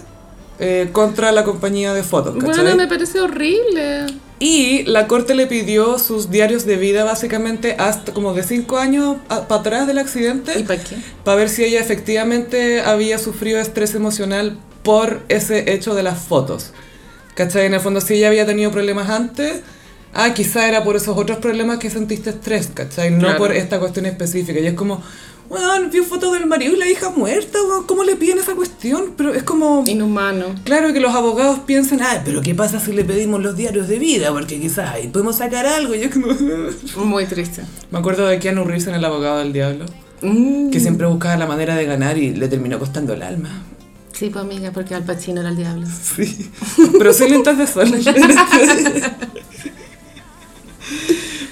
S1: eh, contra la compañía de fotos. ¿cachai?
S2: Bueno, me parece horrible.
S1: Y la corte le pidió sus diarios de vida, básicamente, hasta como de 5 años para atrás del accidente
S2: ¿Y para qué?
S1: para ver si ella efectivamente había sufrido estrés emocional por ese hecho de las fotos. ¿Cachai? En el fondo, si ella había tenido problemas antes, ah, quizá era por esos otros problemas que sentiste estrés, ¿cachai? No
S2: Claro.
S1: por esta cuestión específica. Y es como, weón, vio fotos del marido y la hija muerta, weón, ¿cómo le piden esa cuestión? Pero es como...
S2: Inhumano.
S1: Claro que los abogados piensan, ah, pero ¿qué pasa si le pedimos los diarios de vida? Porque quizás ahí podemos sacar algo. Y yo como...
S2: Muy triste.
S1: Me acuerdo de Keanu Reeves en El abogado del diablo
S2: Mm.
S1: que siempre buscaba la manera de ganar y le terminó costando el alma.
S2: Sí, pues amiga, porque Al Pacino era el diablo.
S1: Sí. Pero sí lentas de sol.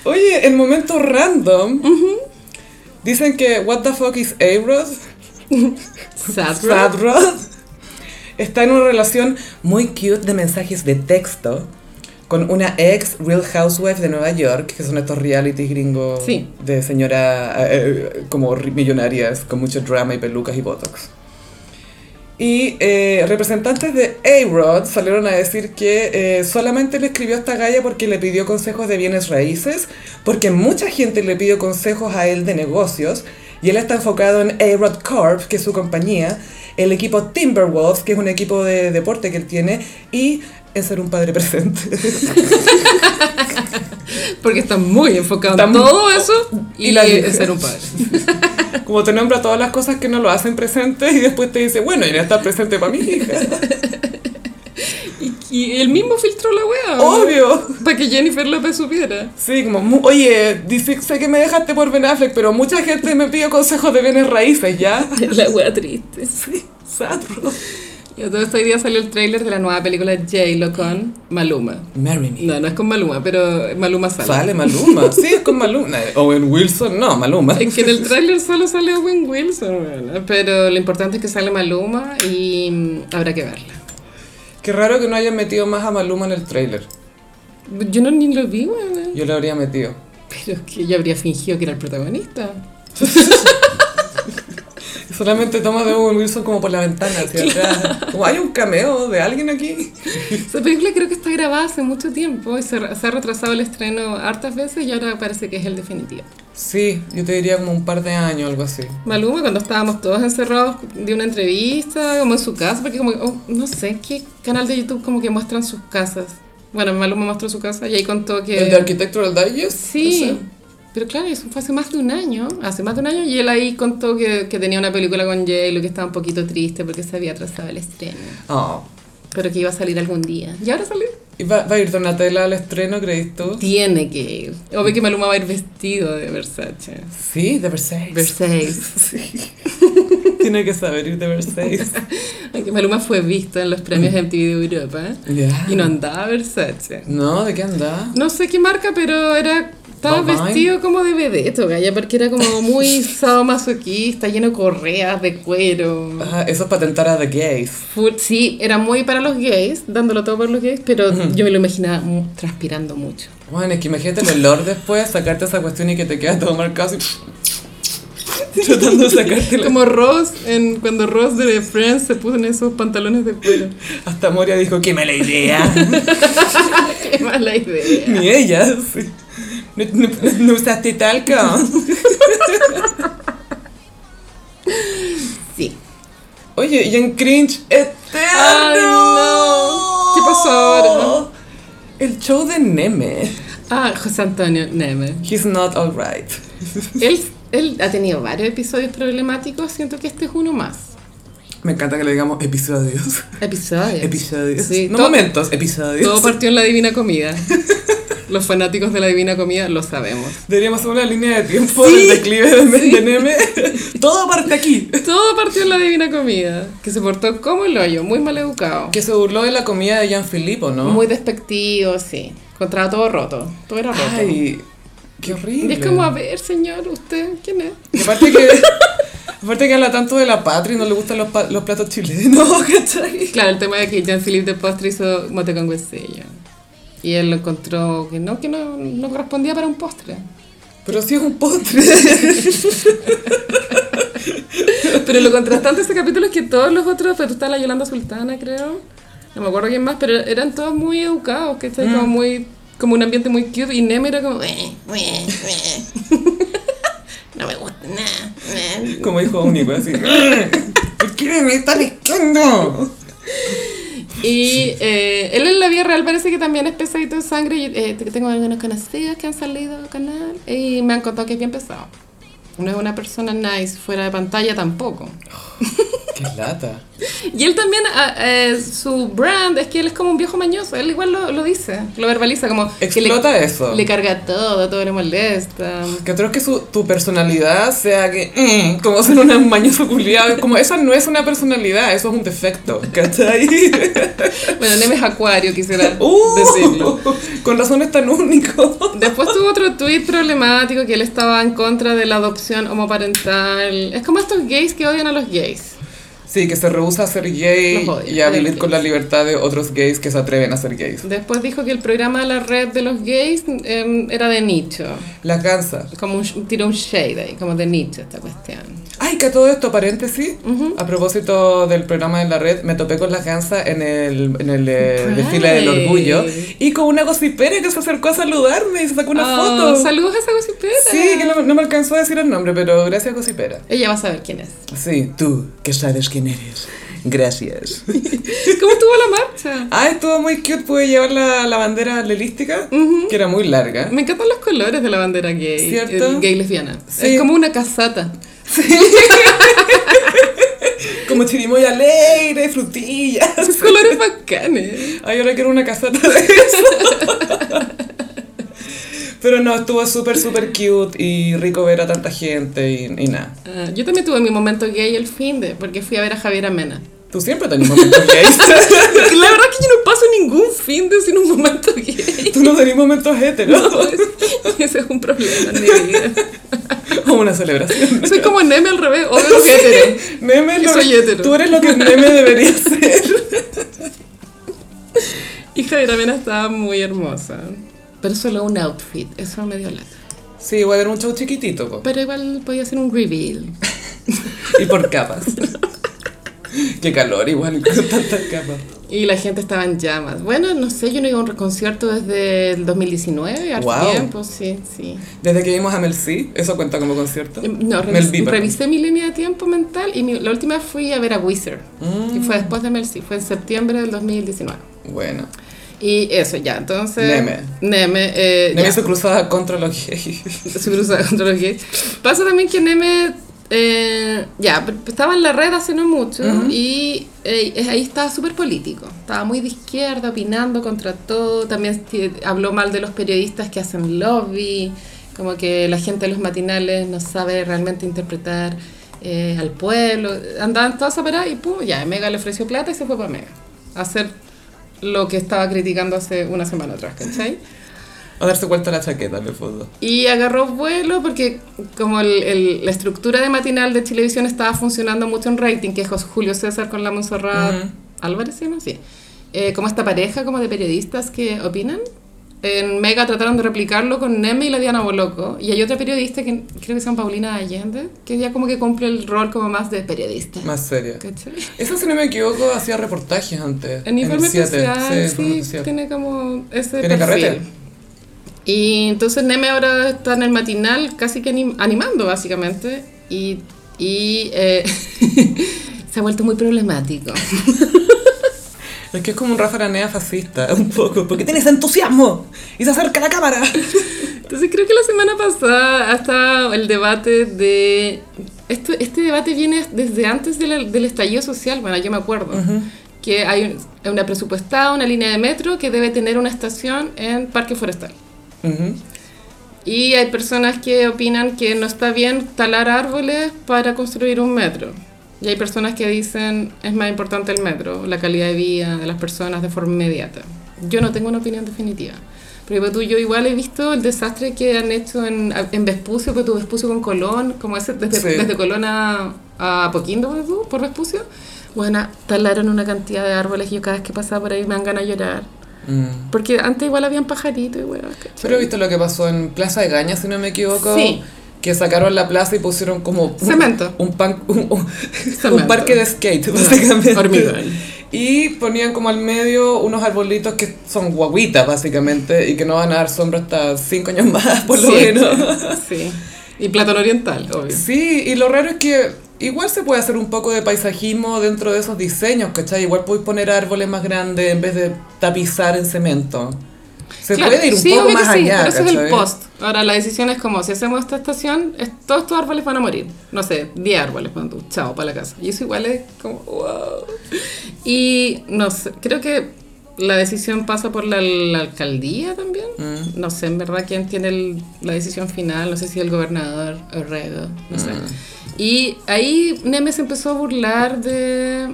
S1: Oye, en momento random, dicen que What the fuck is A-Rod?
S2: Sad,
S1: Sad Rod está en una relación muy cute de mensajes de texto con una ex Real Housewife de Nueva York, que son estos reality gringos
S2: Sí.
S1: de señora eh, como ri- millonarias con mucho drama y pelucas y botox. Y eh, representantes de A-Rod salieron a decir que eh, solamente le escribió a esta galla porque le pidió consejos de bienes raíces, porque mucha gente le pidió consejos a él de negocios, y él está enfocado en A-Rod Corp, que es su compañía, el equipo Timberwolves, que es un equipo de deporte que él tiene, y en ser un padre presente.
S2: Porque está muy enfocado
S1: Está
S2: en
S1: muy-
S2: todo eso
S1: y
S2: y,
S1: la
S2: en
S1: vieja.
S2: ser un padre.
S1: Como te nombra todas las cosas que no lo hacen presente y después te dice, bueno, y no está presente para mi hija.
S2: Y, Y él mismo filtró la wea.
S1: Obvio.
S2: Para que Jennifer López supiera.
S1: Sí, como, mu- oye, dice, sé que me dejaste por Ben Affleck, pero mucha gente me pide consejos de bienes raíces, ¿ya?
S2: La wea triste.
S1: Sí, Sadro.
S2: Yo todo este día salió el tráiler de la nueva película J-Lo con Maluma.
S1: Marry me.
S2: No, no es con Maluma, pero Maluma sale.
S1: Sale Maluma, sí, es con Maluma. Owen Wilson, no, Maluma.
S2: Es que en el tráiler solo sale Owen Wilson, weón. pero lo importante es que sale Maluma y mm, habrá que verla.
S1: Qué raro que no hayan metido más a Maluma en el tráiler.
S2: Yo no ni lo vi, weón.
S1: Yo lo habría metido.
S2: pero es que yo habría fingido que era el protagonista.
S1: Solamente toma de Owen Wilson como por la ventana hacia atrás. Como hay un cameo de alguien aquí.
S2: Esa película creo que está grabada hace mucho tiempo y se, re- se ha retrasado el estreno hartas veces y ahora parece que es el definitivo.
S1: Sí, yo te diría como un par de años, algo así.
S2: Maluma, cuando estábamos todos encerrados, dio una entrevista, como en su casa, porque como, oh, no sé, qué canal de YouTube como que muestran sus casas. Bueno, Maluma mostró su casa y ahí contó que...
S1: ¿El de Architectural Digest?
S2: Sí, pero claro, eso fue hace más de un año, hace más de un año, y él ahí contó que, que tenía una película con J-Lo que estaba un poquito triste porque se había atrasado el estreno,
S1: Ese. Oh.
S2: pero que iba a salir algún día. ¿Y ahora salió?
S1: ¿Y va, va a ir Donatella al estreno, crees tú?
S2: Tiene que ir. Obvio que Maluma va a ir vestido de Versace.
S1: Sí, de Versailles.
S2: Versace.
S1: Sí. Tiene que saber ir de Versailles.
S2: Aunque Maluma fue visto en los premios MTV de Europa ¿eh?
S1: Ya.
S2: y no andaba Versace.
S1: No, ¿de qué anda?
S2: No sé qué marca, pero era estaba
S1: Bye bye.
S2: vestido como de vedeto, galla, porque era como muy sadomasoquista, lleno de correas, de cuero.
S1: Ah, eso es patentar a The Gays.
S2: Full- sí, era muy para los gays, dándolo todo por los gays, pero yo me lo imaginaba mu- transpirando mucho.
S1: Bueno, es que imagínate el olor después, sacarte esa cuestión y que te queda todo marcado así. Tratando de sacarte
S2: Como Ross, en, cuando Ross de Friends se puso en esos pantalones de cuero.
S1: Hasta Moria dijo, qué mala idea.
S2: Qué mala idea.
S1: Ni ella. sí. No, no, no usaste talca.
S2: Sí.
S1: Oye, y en cringe eterno.
S2: Ay, no. ¿Qué pasó ahora?
S1: El show de Neme.
S2: Ah, José Antonio Neme.
S1: He's not alright.
S2: Él, él ha tenido varios episodios problemáticos, siento que este es uno más.
S1: Me encanta que le digamos episodios.
S2: Episodios.
S1: Episodios.
S2: Sí,
S1: no
S2: todo-
S1: momentos, episodios.
S2: Todo partió en la Divina Comida. Los fanáticos de la Divina Comida lo sabemos.
S1: Deberíamos hacer una línea de tiempo
S2: Sí,
S1: del declive de, de Neme. Todo parte aquí.
S2: Todo partió en la Divina Comida, que se portó como el hoyo, muy mal educado.
S1: Que se burló de la comida de Gianfilippo, ¿no?
S2: Muy despectivo, sí. Encontraba todo roto. Todo era roto.
S1: Ay, qué
S2: y
S1: horrible.
S2: es como, a ver, señor, usted, ¿quién es?
S1: Y aparte que, aparte que habla tanto de la patria y no le gustan los, pa- los platos chilenos, ¿cachai?
S2: Claro, el tema de que Jean-Philippe de Postre hizo mote con huesillo. Y él lo encontró que no, que no, no correspondía para un postre.
S1: Pero sí es un postre.
S2: Pero lo contrastante de este capítulo es que todos los otros, pero está la Yolanda Sultana, creo. No me acuerdo quién más, pero eran todos muy educados, que como muy como un ambiente muy cute y Neme era como "Eh, eh, eh". No me gusta nada. eh".
S1: Como dijo único, así. ¿Por qué me están echando?
S2: Y eh, él en la vida real parece que también es pesadito de sangre. Yo, eh, tengo algunos conocidos que han salido al canal eh, y me han contado que es bien pesado. No es una persona nice fuera de pantalla tampoco.
S1: Qué lata.
S2: Y él también, ah, eh, su brand es que él es como un viejo mañoso. Él igual lo, lo dice, lo verbaliza como. que le-
S1: Explota eso.
S2: Le carga todo, todo le molesta.
S1: Que creo que su, tu personalidad sea que, mm, como ser una mañoso culiado, como eso no es una personalidad, eso es un defecto, ¿cachai?
S2: Bueno, Neme es acuario, quisiera
S1: Uh,
S2: decirlo.
S1: Con razones tan único.
S2: Después tuvo otro tweet problemático que él estaba en contra de la adopción homoparental. Es como estos gays que odian a los gays.
S1: Sí, que se rehúsa a ser gay
S2: Los odio.
S1: y a vivir con la libertad de otros gays que se atreven a ser gays.
S2: Después dijo que el programa de la red de los gays em, era de nicho.
S1: La cansa.
S2: Como un, sh- tiró un shade ahí, como de nicho esta cuestión.
S1: Ay, que a todo esto, paréntesis, a propósito del programa en la red, me topé con la Hansa en el, en el eh,
S2: Pride.
S1: desfile del orgullo y con una gocipera que se acercó a saludarme y se sacó una
S2: Oh,
S1: foto.
S2: Saludos a esa gocipera.
S1: Sí, que no, no me alcanzó a decir el nombre, pero gracias gocipera.
S2: Ella va a saber quién es.
S1: Sí, tú, que sabes quién eres. Gracias.
S2: ¿Cómo estuvo la marcha?
S1: ah, estuvo muy cute, pude llevar la, la bandera lelística, que era muy larga.
S2: Me encantan los colores de la bandera gay,
S1: ¿Cierto?
S2: eh, gay lesbiana.
S1: Sí.
S2: Es como una casata.
S1: Como chirimoya alegre, frutillas.
S2: Esos colores bacanes.
S1: Ay, ahora quiero una casata de eso. Pero no, estuvo súper, súper cute y rico ver a tanta gente y, y nada.
S2: Ah, yo también tuve mi momento gay el fin de, porque fui a ver a Javier Amena.
S1: Tú siempre tenés momentos gays.
S2: Porque la verdad es que yo no paso ningún fin de sin un momento gay.
S1: Tú no tenés momentos heteros.
S2: No, es- ese es un problema en mi vida.
S1: O una celebración.
S2: Soy como Neme al revés, obvio que hetero.
S1: Neme,
S2: Yo
S1: lo-
S2: soy hetero.
S1: tú eres lo que Neme debería ser.
S2: Y Javier Amena estaba muy hermosa. Pero solo un outfit, eso me dio lata.
S1: Sí, voy a dar un show chiquitito. po.
S2: Pero igual podía hacer un reveal.
S1: Y por capas. Qué calor igual con tantas capas.
S2: Y la gente estaba en llamas. Bueno, no sé, yo no iba a un concierto desde el 2019, harto
S1: Wow.
S2: tiempo, sí, sí. Em,
S1: Desde que vimos a Mel C, eso cuenta como concierto.
S2: Eh, No,
S1: Mel
S2: revis-
S1: B, perdón.
S2: revisé mi línea de tiempo mental y mi- la última fui a ver a Wizard,
S1: Mm,
S2: que fue después de Mercy, fue en septiembre del 2019.
S1: Bueno.
S2: Y eso, ya, entonces...
S1: Neme.
S2: Neme, eh,
S1: Neme
S2: ya.
S1: hizo cruzada contra los gays.
S2: se cruza contra los gays. Pasa también que Neme, eh, ya, pero estaba en la red hace no mucho y eh, es- ahí estaba súper político. Estaba muy de izquierda, opinando contra todo. También ti- habló mal de los periodistas que hacen lobby, como que la gente de los matinales no sabe realmente interpretar eh, al pueblo. Andaban todas a parar y pum, ya, Mega le ofreció plata y se fue para Mega. A hacer lo que estaba criticando hace una semana atrás, ¿cachai?
S1: A darse vuelta la chaqueta en el fondo.
S2: Y agarró vuelo porque como el- el- la estructura de matinal de televisión estaba funcionando mucho en rating, que es Jos- Julio César con la Monserrat
S1: Ujú.
S2: Álvarez, ¿se llama? Sí. Eh, como esta pareja como de periodistas que opinan. En Mega trataron de replicarlo con Neme y la Diana Boloco. Y hay otra periodista que creo que se llama Paulina Allende, que ya como que cumple el rol como más de periodista.
S1: Más seria.
S2: ¿Cachai?
S1: Eso, si no me equivoco, hacía reportajes antes.
S2: En Informe
S1: el 7.
S2: Especial,
S1: Informe
S2: sí,
S1: Especial.
S2: tiene como ese
S1: Tiene
S2: perfil.
S1: carrete.
S2: Y entonces Neme ahora está en el matinal casi que anim- animando, básicamente. Y, y, eh, se ha vuelto muy problemático.
S1: Es que es como un Rafa Aranea fascista, un poco. Porque tienes entusiasmo y se acerca la cámara.
S2: Entonces creo que la semana pasada hasta el debate de... Esto, este debate viene desde antes de la- del estallido social, bueno, yo me acuerdo. Que hay un- hay una presupuestada, una línea de metro que debe tener una estación en Parque Forestal.
S1: Ujú.
S2: Y hay personas que opinan que no está bien talar árboles para construir un metro. Y hay personas que dicen es más importante el metro, la calidad de vida de las personas de forma inmediata. Yo no tengo una opinión definitiva. Pero pues, tú, yo igual he visto el desastre que han hecho en, en Vespucio, que tu Vespucio con Colón, como ese, desde,
S1: Sí.
S2: desde Colón a, a Apoquindo, pues, tú, por Vespucio. Bueno, talaron una cantidad de árboles y yo cada vez que pasaba por ahí me dan ganas de llorar.
S1: Mm.
S2: Porque antes igual habían pajaritos y huevas, ¿cachai?
S1: Pero he visto lo que pasó en Plaza de Gaña, si no me equivoco.
S2: Sí.
S1: Que sacaron la plaza y pusieron como un-
S2: Cemento.
S1: Un, pan- un- un-
S2: Cemento. Ah,
S1: un parque de skate, básicamente.
S2: hormigón.
S1: Y ponían como al medio unos arbolitos que son guaguitas, básicamente, y que no van a dar sombra hasta cinco años más, por lo
S2: Sí,
S1: menos.
S2: Sí. Y plátano oriental, obvio.
S1: Sí, y lo raro es que igual se puede hacer un poco de paisajismo dentro de esos diseños, ¿cachai? Igual puedes poner árboles más grandes en vez de tapizar en cemento. Se
S2: Claro,
S1: puede ir un
S2: sí,
S1: poco
S2: obvio que
S1: más
S2: sí,
S1: allá,
S2: Pero ese es el
S1: ¿cachai?
S2: post. Ahora, la decisión es como, si hacemos esta estación, es- todos estos árboles van a morir. No sé, 10 árboles, pon tú, chao, para la casa. Y eso igual es como, wow. Y no sé, creo que la decisión pasa por la, la alcaldía también.
S1: Mm.
S2: No sé, en verdad, quién tiene el- la decisión final. No sé si el gobernador, Orrego, no sé.
S1: Mm.
S2: Y ahí Neme se empezó a burlar de...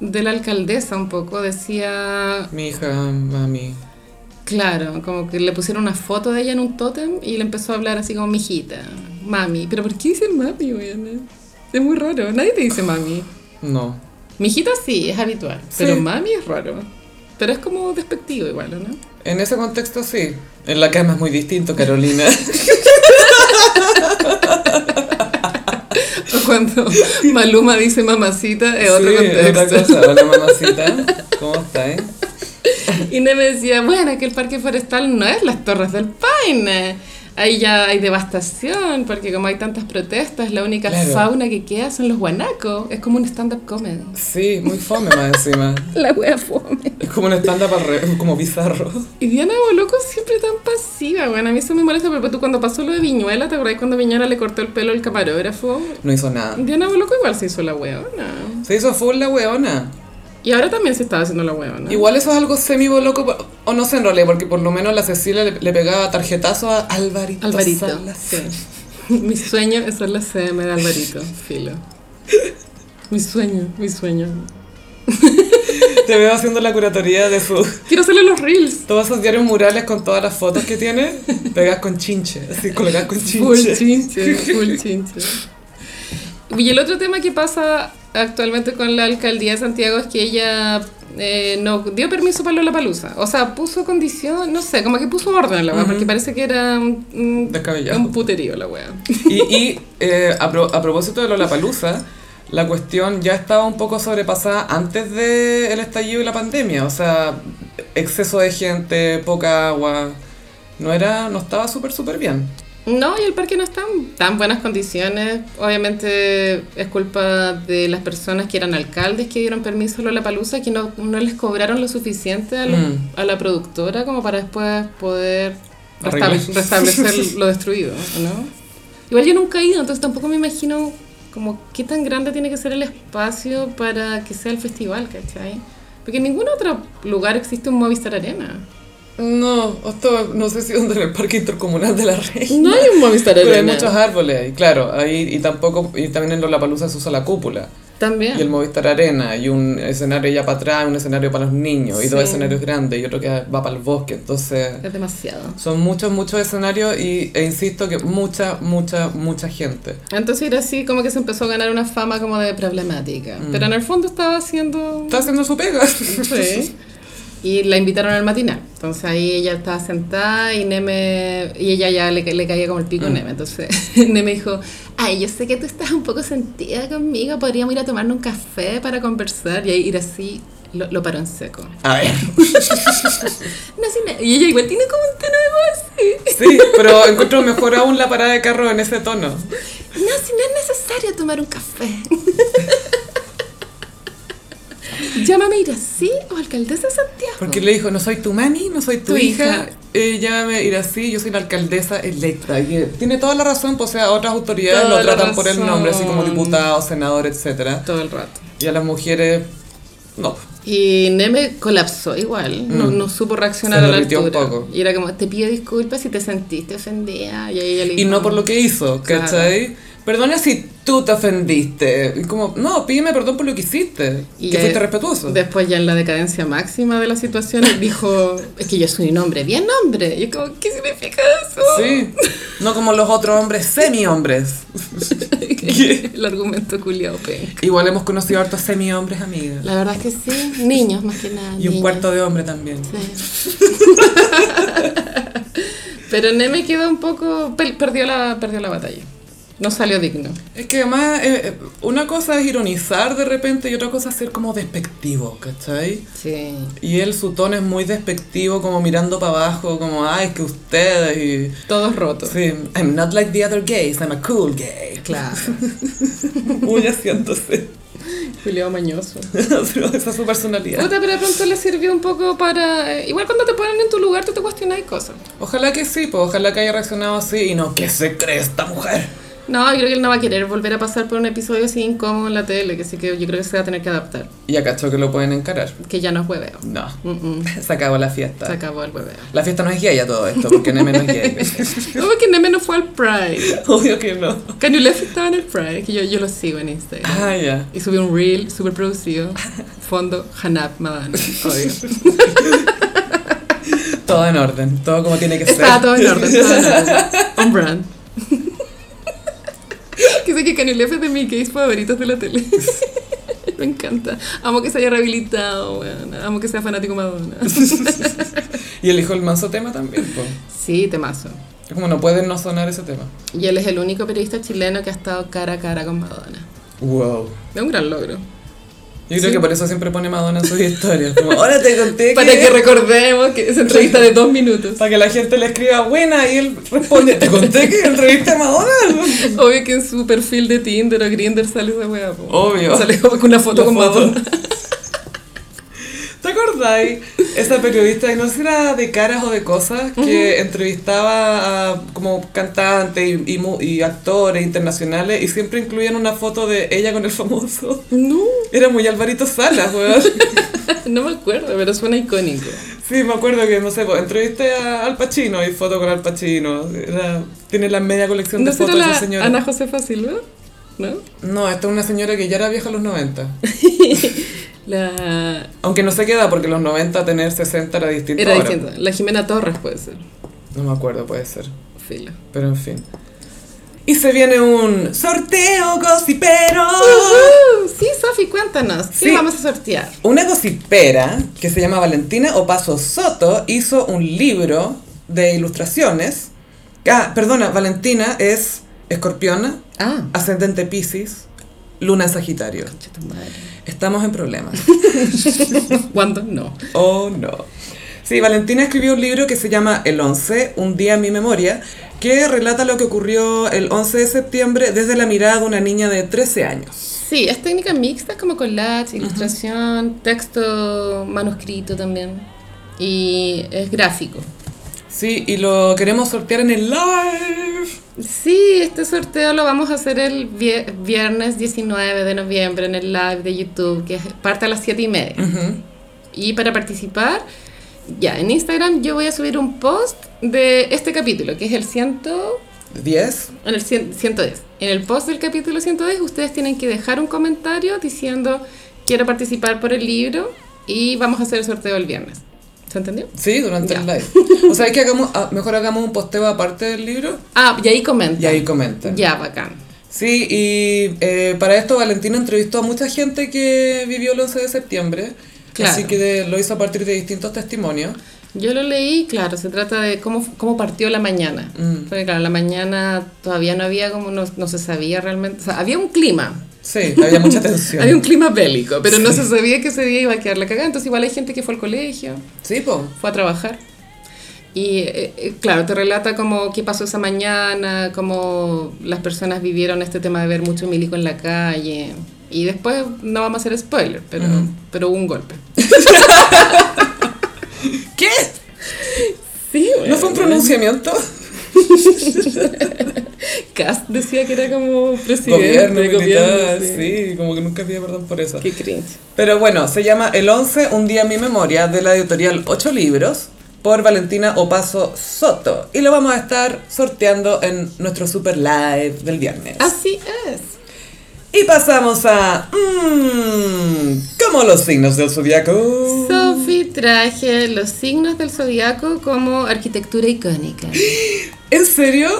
S2: De la alcaldesa un poco, decía,
S1: Mi hija, mami.
S2: Claro, como que le pusieron una foto de ella en un tótem y le empezó a hablar así como mijita, mami. Pero ¿por qué dicen mami, weón? Es muy raro, nadie te dice mami.
S1: No.
S2: Mijita sí, es habitual, pero
S1: Sí.
S2: mami es raro. Pero es como despectivo igual, ¿o ¿no?
S1: En ese contexto sí. En la cama es muy distinto, Carolina.
S2: O cuando Maluma dice mamacita es otro
S1: Sí, otra
S2: contexto.
S1: cosa. Hola, mamacita. ¿Cómo está, eh?
S2: Y me decía, bueno, que el parque forestal no es las Torres del Paine. ahí ya hay devastación, porque como hay tantas protestas, la única
S1: Claro.
S2: fauna que queda son los guanacos. Es como un stand-up comedy.
S1: Sí, muy fome más encima.
S2: La wea fome.
S1: Es como un stand-up al revés, como bizarro.
S2: Y Diana Boloco siempre tan pasiva, bueno, a mí eso me molesta, pero tú cuando pasó lo de Viñuela, ¿te acordás cuando Viñuela le cortó el pelo al camarógrafo?
S1: No hizo nada.
S2: Diana Boloco igual se hizo la weona.
S1: Se hizo full la weona.
S2: Y ahora también se estaba haciendo la weona.
S1: Igual eso es algo semi loco, o no sé en realidad, porque por lo menos la Cecilia le, le pegaba tarjetazo a Alvarito.
S2: Alvarito,
S1: Salas.
S2: sí. Mi sueño es ser la CM de Alvarito, filo. Mi sueño, mi sueño.
S1: Te veo haciendo la curatoría de su,
S2: Quiero hacerle los reels.
S1: todos esos diarios murales con todas las fotos que tiene, pegas con chinche, así colgadas con
S2: Full
S1: chinche.
S2: chinche, full chinche. Y el otro tema que pasa actualmente con la alcaldía de Santiago es que ella eh, no dio permiso para la palusa. O sea, puso condición, no sé, como que puso orden a la weá,
S1: Ujú.
S2: porque parece que era un, un-
S1: Descabellado.
S2: un puterío la weá.
S1: Y, y, eh, a, pro- a propósito de Lollapalooza, la cuestión ya estaba un poco sobrepasada antes del estallido y la pandemia, o sea, exceso de gente, poca agua, no era, no estaba súper súper bien.
S2: No, y el parque no está en tan buenas condiciones. Obviamente es culpa de las personas que eran alcaldes que dieron permiso a la palusa, que no, no les cobraron lo suficiente a, los-
S1: Mm.
S2: a la productora como para después poder
S1: Arreglar.
S2: restable- restablecer lo destruido, ¿no? Igual yo nunca he ido, entonces tampoco me imagino como qué tan grande tiene que ser el espacio para que sea el festival, ¿cachai? Porque en ningún otro lugar existe un Movistar Arena.
S1: No, esto no sé si donde en el parque intercomunal de la reina.
S2: No hay un Movistar
S1: Pero hay muchos árboles ahí, claro, ahí y tampoco y también en Lollapalooza se usa la cúpula
S2: También.
S1: y el Movistar Arena y un escenario ya para atrás, un escenario para los niños y dos
S2: Sí.
S1: escenarios grandes y otro que va para el bosque, entonces
S2: Es demasiado.
S1: son muchos muchos escenarios y e insisto que mucha mucha mucha gente.
S2: Entonces era así como que se empezó a ganar una fama como de problemática. Pero en el fondo estaba haciendo...
S1: Está haciendo su pega.
S2: Sí. Y la invitaron al matinal. Entonces ahí ella estaba sentada y Neme... Y ella ya le, le caía como el pico a Neme. Entonces Neme dijo, ay, yo sé que tú estás un poco sentida conmigo, podríamos ir a tomarnos un café para conversar. Y ahí ir así... Lo, lo paró en seco.
S1: A ver.
S2: No, sí, no. Y ella igual tiene como un tono de voz así.
S1: Sí, pero encuentro mejor aún la parada de carro en ese tono.
S2: No, si no es necesario tomar un café. Llámame Irací o alcaldesa de Santiago.
S1: Porque le dijo, no soy tu mami, no soy tu,
S2: Tu
S1: hija.
S2: hija.
S1: Ella me dirá, sí, yo soy la alcaldesa electa. Y, eh, tiene toda la razón, pues, o sea, otras autoridades
S2: Toda
S1: lo
S2: la
S1: tratan por el
S2: razón.
S1: nombre, así como diputado, senador, etc.
S2: todo el rato.
S1: Y a las mujeres, no.
S2: Y Neme colapsó igual, no,
S1: Mm.
S2: no supo reaccionar
S1: Se
S2: a la
S1: derritió un
S2: altura.
S1: poco.
S2: Y era como, te pido disculpas si te sentiste ofendida. Y, ahí ella le
S1: Y
S2: dijo,
S1: no por lo que hizo,
S2: Claro.
S1: ¿cachai? Perdona si tú te ofendiste. Y como, no, pídeme perdón por lo que hiciste.
S2: Y
S1: que
S2: ya-
S1: fuiste respetuoso.
S2: Después ya en la decadencia máxima de la situación, dijo, es que yo soy un hombre, bien hombre. Y es como, ¿qué significa eso?
S1: Sí. No como los otros hombres, semi-hombres.
S2: el argumento culiao penca.
S1: Igual hemos conocido hartos semi-hombres, amigas.
S2: La verdad es que sí, niños más que nada.
S1: Y un
S2: niños.
S1: cuarto de hombre también.
S2: Sí. Pero Neme quedó un poco. per- perdió, la, perdió la batalla. No salió digno.
S1: Es que además, eh, eh, una cosa es ironizar de repente y otra cosa es ser como despectivo, ¿cachai?
S2: Sí.
S1: Y él, su tono es muy despectivo, como mirando para abajo, como, ay, es que ustedes.
S2: Todos
S1: Y,
S2: rotos.
S1: sí, I'm not like the other gays, I'm a cool gay.
S2: Claro.
S1: Muy haciéndose.
S2: Julio Mañoso.
S1: Esa es su personalidad.
S2: Puta, pero de pronto le sirvió un poco para. eh, Igual cuando te ponen en tu lugar, tú te cuestionas cosas.
S1: Ojalá que sí, pues ojalá que haya reaccionado así y no, ¿qué se cree esta mujer?
S2: No, yo creo que él no va a querer volver a pasar por un episodio así incómodo en la tele, que sí que yo creo que se va a tener que adaptar.
S1: Y acá que lo pueden encarar.
S2: Que ya no es hueveo.
S1: No,
S2: Mm, mm.
S1: se acabó la fiesta.
S2: Se acabó el hueveo.
S1: La fiesta no es gay a todo esto, porque Neme no es gay.
S2: No, porque Neme no fue al Pride.
S1: Obvio que no.
S2: Canulef estaba en el Pride, que yo, yo lo sigo en Instagram.
S1: Ah, ya.
S2: Y subí un reel súper producido. Fondo Hanap Madana. Obvio.
S1: Todo en orden, todo como tiene que ser.
S2: Estaba todo en orden. Todo en orden. On brand. que sé que Canulef es de mis gays favoritos de la tele. Me encanta. Amo que se haya rehabilitado, weón. Amo que sea fanático Madonna.
S1: Y elijo el manso tema también, po.
S2: sí, temazo.
S1: Es como no pueden no sonar ese tema.
S2: Y él es el único periodista chileno que ha estado cara a cara con Madonna.
S1: Wow.
S2: Es un gran logro.
S1: Yo creo que por eso siempre pone Madonna en sus historias. Como, ahora te conté
S2: Para que recordemos que esa entrevista de dos minutos.
S1: Para que la gente le escriba buena y él responde, te conté que entrevista a Madonna.
S2: Obvio que en su perfil de Tinder o Grindr sale esa wea. po.
S1: Obvio.
S2: Sale como con una Oh, foto
S1: La
S2: con
S1: foto.
S2: Madonna.
S1: ¿Te acordáis? Esa periodista, no sé si era de caras o de cosas, que entrevistaba a como cantantes y, y mu- y actores internacionales y siempre incluían una foto de ella con el famoso.
S2: No,
S1: Era muy Alvarito Salas, weón.
S2: no me acuerdo, pero suena icónico.
S1: Sí, me acuerdo que, no sé, pues, entrevisté a Al Pacino y foto con Al Pacino. Era- tiene la media colección
S2: ¿No
S1: de fotos
S2: será
S1: de esa
S2: la
S1: señora.
S2: Ana Josefa Silva? ¿No?
S1: No, esta es una señora que ya era vieja a los 90.
S2: La...
S1: Aunque no se queda porque los 90 tener 60 era distinto.
S2: Era
S1: ahora.
S2: distinta. La Jimena Torres puede ser.
S1: No me acuerdo, puede ser.
S2: Filo.
S1: Pero en fin. Y se viene un sorteo gocipero.
S2: Uh, sí, Sofi, cuéntanos. ¿Qué
S1: Sí.
S2: vamos a sortear?
S1: Una gocipera que se llama Valentina Opaso Soto hizo un libro de ilustraciones. Ah, perdona, Valentina es escorpiona,
S2: Ah,
S1: ascendente Pisces, luna en Sagitario.
S2: tu madre.
S1: Estamos en problemas.
S2: ¿Cuándo? No.
S1: Oh no. Sí, Valentina escribió un libro que se llama El 11, Un día en mi memoria, que relata lo que ocurrió el 11 de septiembre desde la mirada de una niña de 13 años.
S2: Sí, es técnica mixta como collage, ilustración, texto manuscrito también. Y es gráfico.
S1: Sí, y lo queremos sortear en el live.
S2: Sí, este sorteo lo vamos a hacer el vie- viernes 19 de noviembre en el live de YouTube, que es- parte a las 7 y media.
S1: Ujú.
S2: Y para participar, ya, en Instagram yo voy a subir un post de este capítulo, que es el 100,
S1: 10.
S2: en el 100 110. En el post del capítulo 110 ustedes tienen que dejar un comentario diciendo quiero participar por el libro y vamos a hacer el sorteo el viernes. ¿Se entendió?
S1: Sí, durante el
S2: Ya.
S1: live. O sea, es que hagamos, ah, mejor hagamos un posteo aparte del libro
S2: Ah, y ahí comenta.
S1: y ahí comenten.
S2: Ya, bacán.
S1: Sí, y eh, para esto Valentina entrevistó a mucha gente que vivió el 11 de septiembre.
S2: Claro.
S1: Así que de- lo hizo a partir de distintos testimonios.
S2: Yo lo leí, claro, se trata de cómo, cómo partió la mañana.
S1: Mm.
S2: Porque claro, la mañana todavía no había como, no, no se sabía realmente, o sea, había un clima.
S1: Sí, había mucha tensión.
S2: Había un clima bélico, pero no se sabía que ese día iba a quedar la cagada. Entonces igual hay gente que fue al colegio,
S1: Sí, po.
S2: fue a trabajar. Y eh, eh, claro, te relata como qué pasó esa mañana, cómo las personas vivieron este tema de ver mucho milico en la calle. Y después no vamos a hacer spoiler, pero,
S1: Ujú.
S2: pero hubo un golpe.
S1: ¿Qué?
S2: Sí,
S1: ¿No fue un pronunciamiento?
S2: Cast decía que era como presidente,
S1: Gobierno, militar,
S2: gobierno, sí.
S1: sí, como que nunca pide perdón por eso.
S2: Qué cringe.
S1: Pero bueno, se llama El 11, Un día en mi memoria, de la editorial 8 libros, por Valentina Opaso Soto. Y lo vamos a estar sorteando en nuestro super live del viernes.
S2: Así es.
S1: Y pasamos a... Mmm, ¿Cómo los signos del zodiaco?
S2: Sophie traje los signos del zodiaco como arquitectura icónica.
S1: ¿En serio?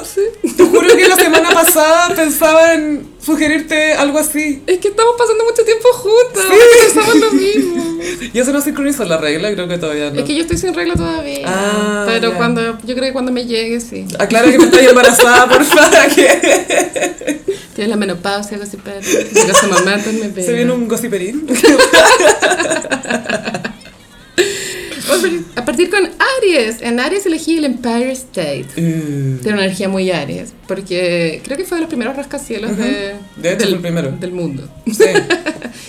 S1: Te juro que la semana pasada pensaba en sugerirte algo así.
S2: Es que estamos pasando mucho tiempo juntas, pensamos lo mismo.
S1: Y eso no sincronizó la regla, creo que todavía no.
S2: Es que yo estoy sin regla todavía.
S1: Ah,
S2: pero
S1: ya.
S2: cuando yo creo que cuando me llegue sí.
S1: Aclara que no estoy embarazada, por favor. Que
S2: Tienes la menopausia, algo así pero llega ese momento me pega.
S1: se viene un gossiperín.
S2: A partir con Aries. En Aries elegí el Empire State.
S1: Eh,
S2: Tiene una energía muy Aries, porque creo que fue de los primeros rascacielos
S1: Ujú.
S2: de,
S1: De hecho,
S2: del,
S1: fue el primero.
S2: del mundo.
S1: Sí.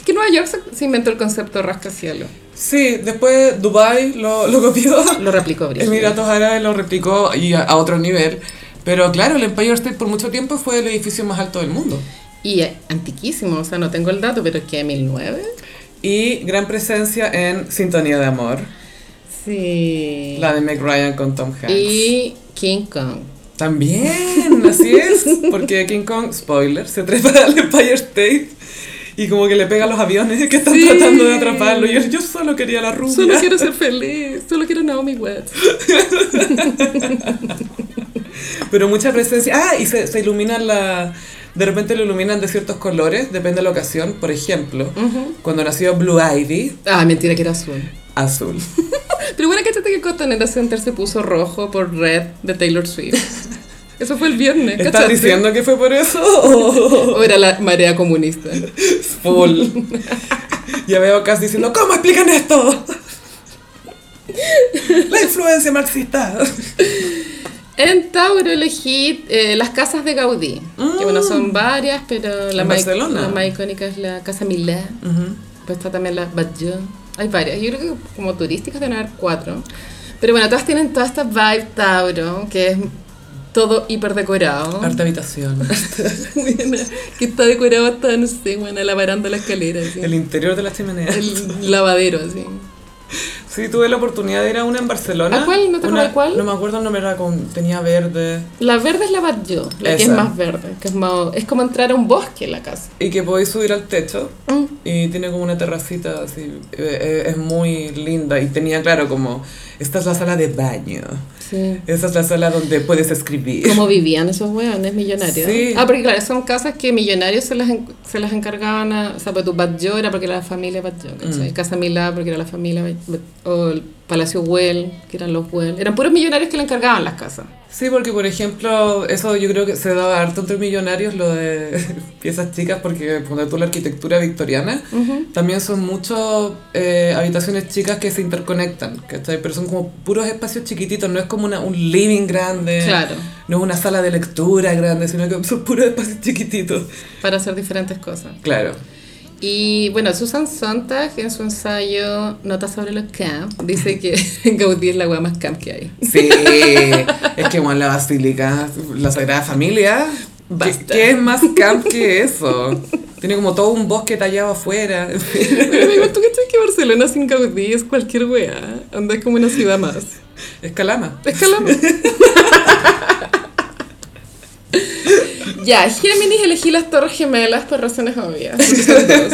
S2: Que en Nueva York se, se inventó el concepto rascacielos.
S1: sí, después Dubai lo, lo copió.
S2: Lo replicó Brígido.
S1: Emiratos Árabes lo replicó y a, a otro nivel. Pero claro, el Empire State por mucho tiempo fue el edificio más alto del mundo.
S2: Y eh, antiquísimo, o sea, no tengo el dato, pero que 1009.
S1: Y gran presencia en Sintonía de Amor,
S2: Sí.
S1: la de Meg Ryan con Tom Hanks.
S2: y King Kong.
S1: También, así es, porque King Kong, spoiler, se trepa al Empire State y como que le pega a los aviones que están
S2: Sí.
S1: tratando de atraparlo. Y él, yo solo quería la rubia.
S2: Solo quiero ser feliz, solo quiero Naomi Watts.
S1: Pero mucha presencia. Ah, y se, se iluminan la... De repente lo iluminan de ciertos colores, depende de la ocasión. Por ejemplo, cuando nació Blue Ivy,
S2: Ah, mentira que era azul.
S1: azul.
S2: Pero bueno, cachate que Costanera Center se puso rojo por Red de Taylor Swift. Eso fue el viernes,
S1: ¿Estás
S2: ¿cachaste?
S1: diciendo que fue por eso? o-
S2: O era la marea comunista.
S1: Full. Ya veo a Cast diciendo, ¿cómo explican esto? La influencia marxista.
S2: En Tauro elegí eh, las casas de Gaudí, que bueno, son varias, pero la,
S1: En
S2: más,
S1: Barcelona.
S2: la más icónica es la Casa Milá, pues está también la Batlló, hay varias, yo creo que como turísticas deben haber cuatro, pero bueno, todas tienen toda esta vibe Tauro, que es todo hiper decorado,
S1: Harta habitación.
S2: Bueno, que está decorado hasta, no sé, bueno, la baranda de la escalera, así.
S1: El interior de las chimeneas.
S2: el lavadero, así.
S1: Sí, tuve la oportunidad de ir a una en Barcelona.
S2: ¿A cuál? ¿No te acuerdas
S1: Una-
S2: cuál?
S1: No me acuerdo el nombre, era con, tenía verde.
S2: La verde es la Batlló, la que es
S1: Esa.
S2: más verde, que es, más, es como entrar a un bosque la casa.
S1: Y que podéis subir al techo.
S2: Mm.
S1: Y tiene como una terracita así. eh, eh, Es muy linda. Y tenía claro como, esta es la sala de baño.
S2: Sí.
S1: Esta es la sala donde puedes escribir.
S2: cómo vivían esos hueones millonarios.
S1: Sí.
S2: Ah, porque claro, son casas que millonarios se las, en- se las encargaban a... O sea, pues tu Batlló era porque era la familia Batlló, ¿cachai? Casa Milá porque era la familia... Bat- Bat- O el Palacio Güell, que eran los Güell. Eran puros millonarios que le encargaban las casas.
S1: Sí, porque por ejemplo, eso yo creo que se daba harto entre millonarios, lo de piezas chicas, porque cuando tú la arquitectura victoriana, también son muchas habitaciones chicas que se interconectan, ¿cachai? Pero son como puros espacios chiquititos, no es como una, un living grande,
S2: Claro.
S1: no es una sala de lectura grande, sino que son puros espacios chiquititos.
S2: Para hacer diferentes cosas.
S1: Claro.
S2: Y bueno, Susan Sontag en su ensayo Notas sobre los camp dice que Gaudí es la hueá más camp que hay.
S1: Sí, es que bueno, la basílica, la Sagrada Familia, ¿qué-
S2: Basta.
S1: ¿qué es más camp que eso? Tiene como todo un bosque tallado afuera.
S2: Pero amigo, ¿tú cachai que Barcelona sin Gaudí es cualquier hueá? Anda es como una ciudad más.
S1: Es calama.
S2: Escalamos. ya, Géminis elegí las torres gemelas por razones obvias. porque son dos.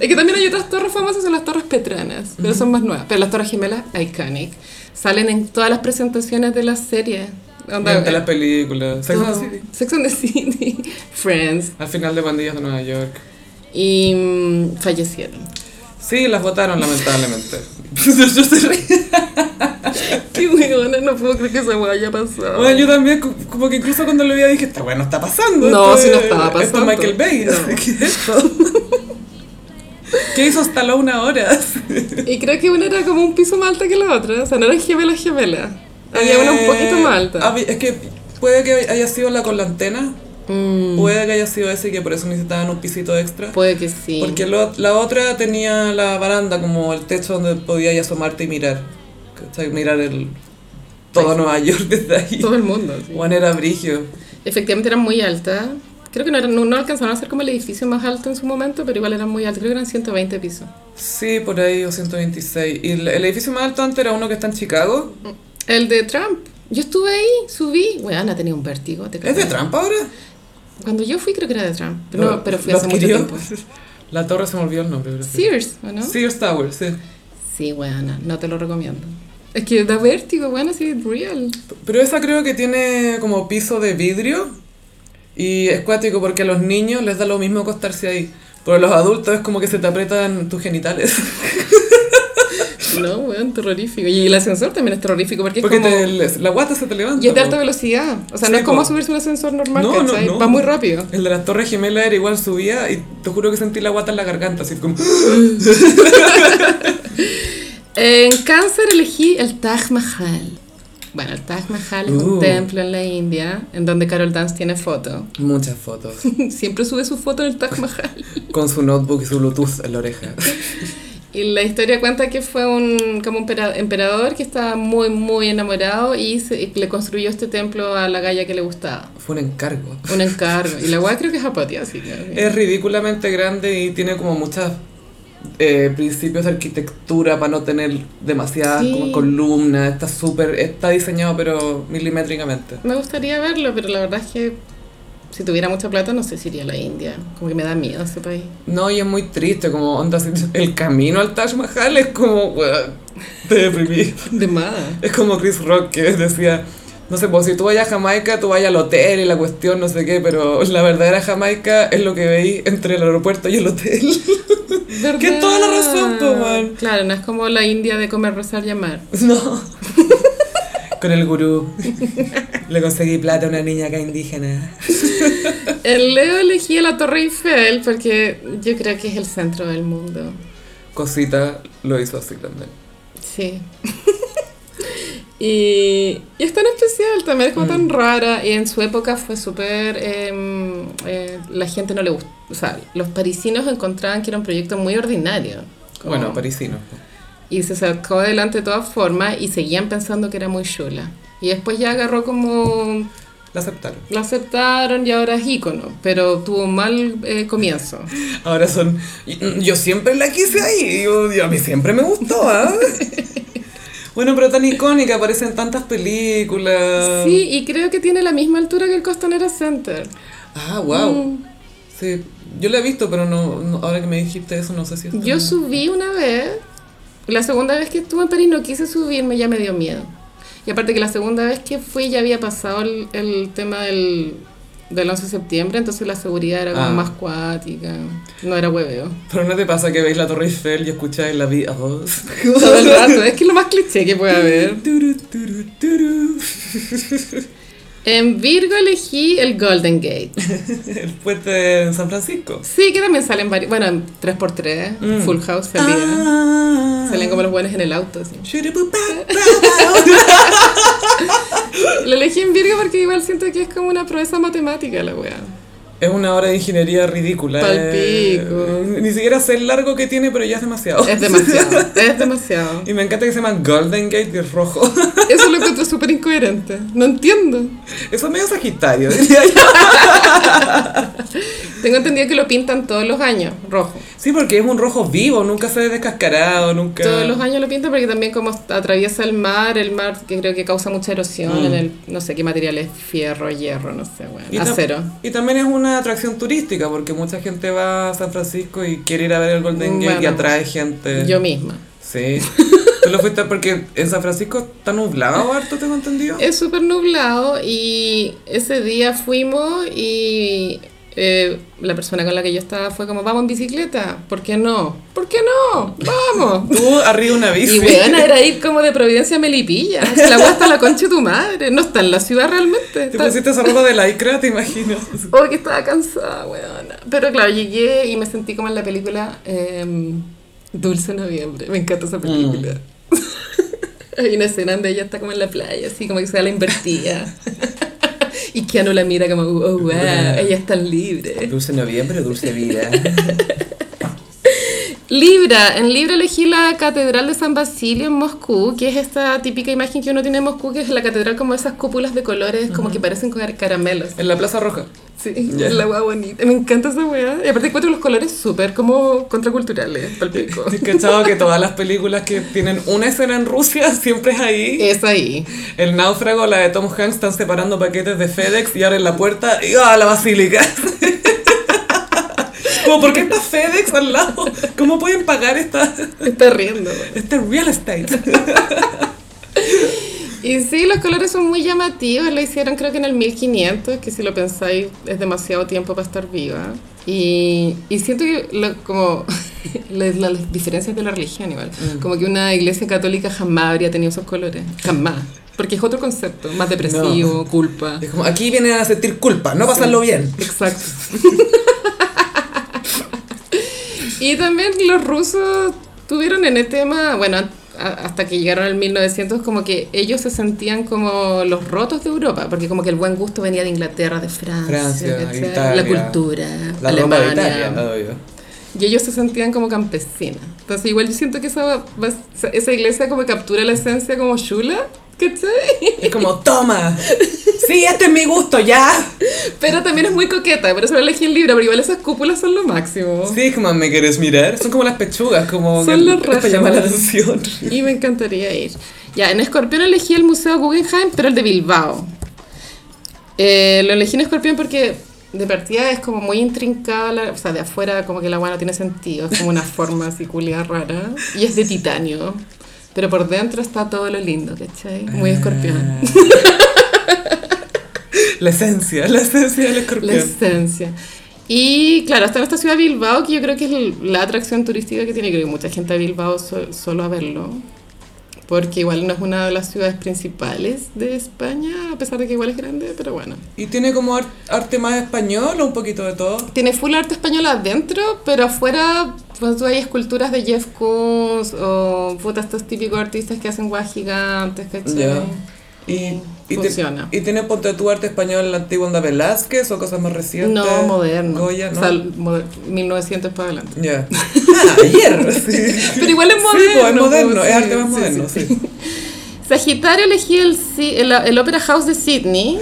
S2: Es que también hay otras torres famosas, son las torres petranas, pero son más nuevas. Pero las torres gemelas, iconic. Salen en todas las presentaciones de las series. Onda, eh,
S1: Mientras las películas.
S2: todo.
S1: Sex and the City.
S2: Sex and the City, Friends.
S1: Al final de Pandillas de Nueva York.
S2: Y mm, fallecieron.
S1: Sí, las votaron lamentablemente. yo se reí.
S2: Qué huevona, no puedo creer que esa hueá haya pasado.
S1: Bueno, yo también, cu- como que incluso cuando lo vi dije, está bueno, está pasando.
S2: No,
S1: esto
S2: sí, no
S1: es-
S2: estaba
S1: esto
S2: pasando.
S1: es Michael Bay.
S2: No.
S1: ¿Qué es esto? ¿Qué hizo Stallone ahora?
S2: Y creo que una era como un piso más alta que la otra. O sea, no eran gemelas gemelas. Había una
S1: Eh,
S2: un poquito más
S1: malta.
S2: alta.
S1: Es que puede que haya sido la con la antena,
S2: Mm,
S1: puede que haya sido ese y que por eso necesitaban un pisito extra.
S2: puede que sí.
S1: Porque lo- la otra tenía la baranda como el techo donde podías asomarte y mirar. ¿Cachai? Mirar el, todo Nueva York desde ahí.
S2: Todo el mundo. sí.
S1: Juan era brigio.
S2: Efectivamente eran muy altas. Creo que no, eran, no, no alcanzaron a ser como el edificio más alto en su momento, pero igual eran muy altas. Creo que eran 120 pisos.
S1: Sí, por ahí, o 126. Y el, el edificio más alto antes era uno que está en Chicago.
S2: El de Trump. Yo estuve ahí, subí. Ana tenía un vértigo. te
S1: ¿Es de
S2: cagas.
S1: Trump ahora?
S2: Cuando yo fui creo que era de Trump. Pero, no,
S1: Lo-
S2: pero fui
S1: lo
S2: hace mucho
S1: adquirió.
S2: tiempo.
S1: La torre se me olvidó el nombre. pero sí.
S2: Sears, ¿o no?
S1: Sears Tower, sí.
S2: Sí, weona, no te lo recomiendo. Es que da vértigo, weona, sí, es real.
S1: Pero esa creo que tiene como piso de vidrio y es cuático porque a los niños les da lo mismo acostarse ahí. Pero a los adultos es como que se te aprietan tus genitales.
S2: No, weón, terrorífico. Y el ascensor también es terrorífico porque,
S1: Porque
S2: es como...
S1: te- les- la guata se te levanta.
S2: Y es de
S1: po.
S2: alta velocidad. O sea,
S1: Sí,
S2: no es como
S1: po.
S2: subirse a un ascensor normal,
S1: No, no,
S2: ¿cachai?
S1: no.
S2: Va muy rápido.
S1: El de las Torres Gemelas era igual, subía y te juro que sentí la guata en la garganta, así como...
S2: En cáncer elegí el Taj Mahal. Bueno, el Taj Mahal es un
S1: Uh.
S2: templo en la India en donde Carol Dance tiene foto.
S1: Muchas fotos.
S2: Siempre sube su foto en el Taj Mahal.
S1: Con su notebook y su Bluetooth en la oreja.
S2: Y la historia cuenta que fue un como un pera- emperador que estaba muy, muy enamorado y, se- y le construyó este templo a la galla que le gustaba.
S1: Fue un encargo.
S2: Un encargo. Y la weá creo que es apatía, así que...
S1: Es ridículamente grande y tiene como muchos eh, principios de arquitectura para no tener demasiadas
S2: Sí.
S1: como columnas. Está súper, está diseñado pero milimétricamente.
S2: Me gustaría verlo, pero la verdad es que si tuviera mucha plata no sé si iría a la India. Como que me da miedo ese país.
S1: No, y es muy triste, como onda, si- el camino al Taj Mahal es como, weón, te deprimí.
S2: De más.
S1: Es como Chris Rock que decía, no sé, pues si tú vayas a Jamaica, tú vayas al hotel y la cuestión, no sé qué, pero la verdadera Jamaica es lo que veí entre el aeropuerto y el hotel. Que toda la razón, po, man.
S2: Claro, no es como la India de comer, rezar y amar.
S1: No. Con el gurú. Le conseguí plata a una niña acá indígena.
S2: Eh, El Leo elegía la Torre Eiffel porque yo creo que es el centro del mundo.
S1: Cosita lo hizo así también.
S2: Sí. y, y es tan especial, también es como
S1: Mm.
S2: tan rara. Y en su época fue súper. em, eh, la gente no le gustó. O sea, los parisinos encontraban que era un proyecto muy ordinario.
S1: Oh.
S2: como-
S1: Bueno, parisino.
S2: Y se sacó adelante de todas formas y seguían pensando que era muy chula. Y después ya agarró como.
S1: La aceptaron.
S2: La aceptaron y ahora es ícono, pero tuvo un mal eh, comienzo.
S1: Ahora son. y- mm, Yo siempre la quise ahí. Yo, yo- a mí siempre me gustó, ¿ah? Bueno, pero tan icónica, aparecen tantas películas.
S2: Sí, y creo que tiene la misma altura que el Costanera Center.
S1: Ah, wow.
S2: Mm.
S1: Sí, yo la he visto, pero no, no- ahora que me dijiste eso, no sé si. está-
S2: Mm, Yo subí una vez, la segunda vez que estuve en París no quise subirme, ya me dio miedo. Y aparte que la segunda vez que fui ya había pasado el, el tema del, del 11 de septiembre, entonces la seguridad era como
S1: Ah.
S2: más cuática, no era hueveo.
S1: Pero no te pasa que veis la Torre Eiffel y escucháis la vida voz.
S2: Todo el rato, es que es lo más cliché que puede haber.
S1: Turu, turu, turu.
S2: En Virgo elegí el Golden Gate.
S1: El puente de San Francisco.
S2: Sí, que también salen varios, bueno, en 3x3,
S1: Mm.
S2: Full House salía.
S1: Ah.
S2: Salen como los buenos en el auto, así.
S1: Shurupupa.
S2: Lo elegí en Virgo porque igual siento que es como una proeza matemática la weá.
S1: Es una obra de ingeniería ridícula.
S2: Palpico.
S1: eh. Ni siquiera sé el largo que tiene, pero ya es demasiado.
S2: Es demasiado, es demasiado.
S1: Y me encanta que se llama Golden Gate y es rojo.
S2: Eso lo encuentro súper incoherente. No entiendo.
S1: Eso es medio Sagitario, diría yo.
S2: Tengo entendido que lo pintan todos los años, rojo.
S1: Sí, porque es un rojo vivo, nunca se ve descascarado, nunca.
S2: Todos los años lo pintan porque también como atraviesa el mar, el mar que creo que causa mucha erosión
S1: Mm.
S2: en el, no sé qué material es, fierro, hierro, no sé,
S1: Y
S2: bueno,
S1: tam-
S2: acero.
S1: Y también es una atracción turística porque mucha gente va a San Francisco y quiere ir a ver el Golden Gate y
S2: Mm, Bueno,
S1: atrae gente.
S2: Yo misma.
S1: Sí. Tú lo fuiste porque en San Francisco está nublado harto, tengo entendido.
S2: Es súper nublado y ese día fuimos y eh, la persona con la que yo estaba fue como, vamos en bicicleta, ¿por qué no? ¿Por qué no? ¡Vamos!
S1: Tú arriba una bici.
S2: Y weona, era ir como de Providencia a Melipilla. La weá está en la concha de tu madre. No está en la ciudad realmente.
S1: Te
S2: Está...
S1: pusiste esa ropa de lycra, te imagino.
S2: Oh, que estaba cansada, weona. Pero claro, llegué y me sentí como en la película em, Dulce Noviembre. Me encanta esa película. Hay una escena donde ella está como en la playa, así como que se da la invertida. y Keanu la mira como, oh, wow, ella es tan libre.
S1: Dulce noviembre, dulce vida.
S2: Libra, en Libra elegí la Catedral de San Basilio en Moscú, que es esta típica imagen que uno tiene en Moscú, que es la catedral como esas cúpulas de colores, como que parecen con car- caramelos.
S1: En la Plaza Roja.
S2: Sí,
S1: Ya.
S2: la hueá bonita. Me encanta esa hueá. Y aparte encuentro los colores súper como contraculturales, palpico.
S1: ¿Has cachado que todas las películas que tienen una escena en Rusia siempre es ahí?
S2: es ahí.
S1: El náufrago, la de Tom Hanks, están separando paquetes de FedEx y abren la puerta y ¡ah, la basílica! Como, ¿por qué está FedEx al lado? ¿Cómo pueden pagar esta,
S2: Está riendo. hueá.
S1: este real estate?
S2: Y sí, los colores son muy llamativos. Lo hicieron creo que en el 1500, que si lo pensáis es demasiado tiempo para estar viva. Y, y siento que lo- como las, las diferencias de la religión igual. Como que una iglesia católica jamás habría tenido esos colores. Jamás. Porque es otro concepto, más depresivo, culpa.
S1: Es como, aquí vienen a sentir culpa, no pasarlo bien.
S2: Exacto. y también los rusos tuvieron en el tema, bueno, a- hasta que llegaron al 1900, como que ellos se sentían como los rotos de Europa, porque como que el buen gusto venía de Inglaterra, de Francia,
S1: Francia,
S2: ¿cachai?
S1: Italia,
S2: la cultura,
S1: La ropa de
S2: Alemania.
S1: Italia, obvio.
S2: Y ellos se sentían como campesinas. Entonces igual yo siento que esa, esa iglesia como captura la esencia como chula, ¿cachai?
S1: Es como, ¡toma! ¡Sí, este es mi gusto, ya!
S2: Pero también es muy coqueta, por eso la elegí en Libra, pero igual esas cúpulas son lo máximo.
S1: Sí, es como, ¿me quieres mirar? Son como las pechugas, como...
S2: Son las
S1: Para
S2: rajas.
S1: llamar la atención.
S2: Y me encantaría ir. Ya, en Escorpión elegí el Museo Guggenheim, pero el de Bilbao. Eh, lo elegí en Escorpión porque de partida es como muy intrincada, la- o sea, de afuera como que la agua no tiene sentido, es como una forma así culiada rara. Y es de titanio, pero por dentro está todo lo lindo, ¿cachai? Muy escorpión.
S1: La esencia, la esencia del
S2: La
S1: escorpión.
S2: esencia. Y claro, está en esta ciudad Bilbao, que yo creo que es el- la atracción turística que tiene, creo que mucha gente a Bilbao so- solo a verlo. porque igual no es una de las ciudades principales de España, a pesar de que igual es grande, pero bueno.
S1: ¿Y tiene como ar- arte más español o un poquito de todo?
S2: Tiene full arte español adentro, pero afuera pues, tú hay esculturas de Jeff Koons o puta, estos típicos artistas que hacen guas gigantes, ¿cachai?
S1: Ya. Y, y, te-
S2: Funciona.
S1: ¿Y tiene ponte tu arte español la antigua onda Velázquez o cosas más recientes?
S2: No, moderno.
S1: Goya,
S2: O
S1: ¿no?
S2: sea, moder- 1900 para adelante.
S1: Ya. Ah, ayer. Sí.
S2: Pero igual es
S1: Sí, pues, es
S2: moderno,
S1: moderno,
S2: pues,
S1: es
S2: sí,
S1: arte más
S2: sí,
S1: moderno, sí.
S2: sí. Sagitario elegí el, si- el, el Opera House de Sydney,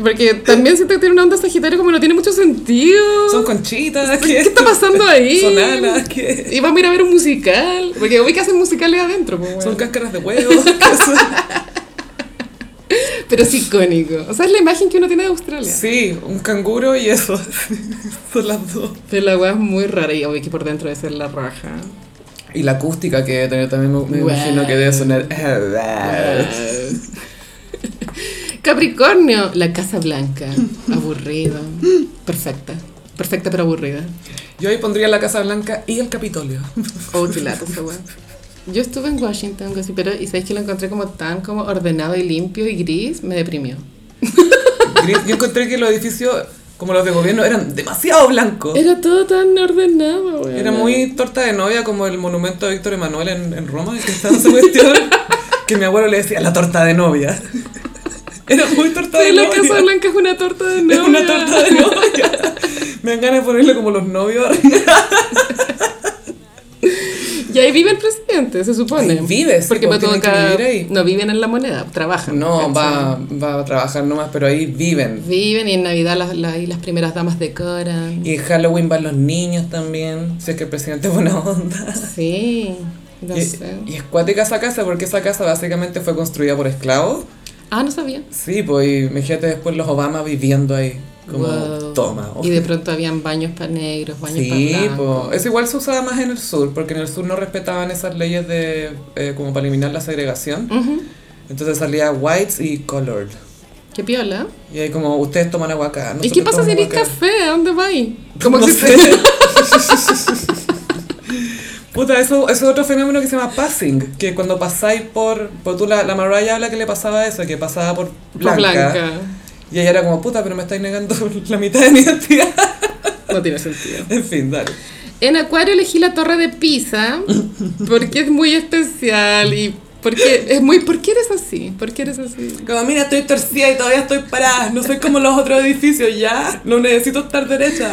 S2: porque también siento que tiene una onda Sagitario como no tiene mucho sentido.
S1: Son conchitas.
S2: ¿Qué está pasando ahí?
S1: Son alas, ¿qué?
S2: Y vamos a ir a ver un musical, porque hoy que hacen musicales adentro, pues,
S1: Son
S2: weón.
S1: cáscaras de huevo. ¿qué son?
S2: pero es icónico. O sea, es la imagen que uno tiene de Australia.
S1: Sí, un canguro y eso. Son las dos.
S2: Pero la weá es muy rara y obvio que por dentro debe ser la raja.
S1: Y la acústica que debe tener también me, me
S2: Wow.
S1: imagino que debe eh, sonar.
S2: Capricornio, la Casa Blanca, aburrido, perfecta, perfecta pero aburrida.
S1: Yo ahí pondría la Casa Blanca y el Capitolio.
S2: Oh, qué lata esa weá. Yo estuve en Washington, güey, sí, pero y sabéis que lo encontré como tan como ordenado y limpio y gris, me deprimió.
S1: Gris, Yo encontré que los edificios, como los de gobierno, eran demasiado blancos.
S2: Era todo tan ordenado, güey.
S1: Era muy torta de novia como el monumento a Víctor Emanuel en, en Roma, que estaba en su cuestión, que mi abuelo le decía la torta de novia. Era muy torta de
S2: Sí, la
S1: novia.
S2: Casa Blanca es una torta de novia.
S1: Es una torta de novia. Me dan ganas de ponerle como los novios.
S2: Y ahí vive el presidente, se supone.
S1: Ahí vives,
S2: Porque
S1: pues,
S2: para todo
S1: tienen que
S2: acá
S1: vivir ahí.
S2: no viven en la moneda, trabajan.
S1: No,
S2: ¿cachai?
S1: va, va a trabajar nomás, pero ahí viven.
S2: Viven y en Navidad las, las, y las primeras damas decoran.
S1: Y en Halloween van los niños también, si es que el presidente es buena onda.
S2: Sí, no sé.
S1: Y, y es cuática esa casa, porque esa casa básicamente fue construida por esclavos.
S2: Ah, no sabía.
S1: Sí, pues y imagínate después los Obama viviendo ahí, como
S2: Wow.
S1: toma. oh.
S2: Y de pronto habían baños para negros, baños
S1: Sí,
S2: para blancos.
S1: pues eso igual se usaba más en el sur, porque en el sur no respetaban esas leyes de eh, como para eliminar la segregación.
S2: Ujú.
S1: Entonces salía whites y colored.
S2: Qué piola.
S1: Y ahí como, ustedes toman agua acá.
S2: ¿Y
S1: nosotros
S2: qué pasa si
S1: tomamos
S2: eres
S1: agua acá".
S2: café? ¿A dónde vais? Como
S1: No
S2: que
S1: sé. Puta, eso, eso es otro fenómeno que se llama passing, que cuando pasáis por... por tú, la, la Mariah habla que le pasaba eso, que pasaba por
S2: blanca.
S1: blanca, Y ella era como, puta, pero me estáis negando la mitad de mi identidad.
S2: No tiene sentido.
S1: En fin, dale.
S2: En Acuario elegí la Torre de Pisa porque es muy especial y porque es muy. ¿Por qué eres así? ¿Por qué eres así?
S1: Como, mira, estoy torcida y todavía estoy parada. No soy como los otros edificios, ya. No necesito estar derecha.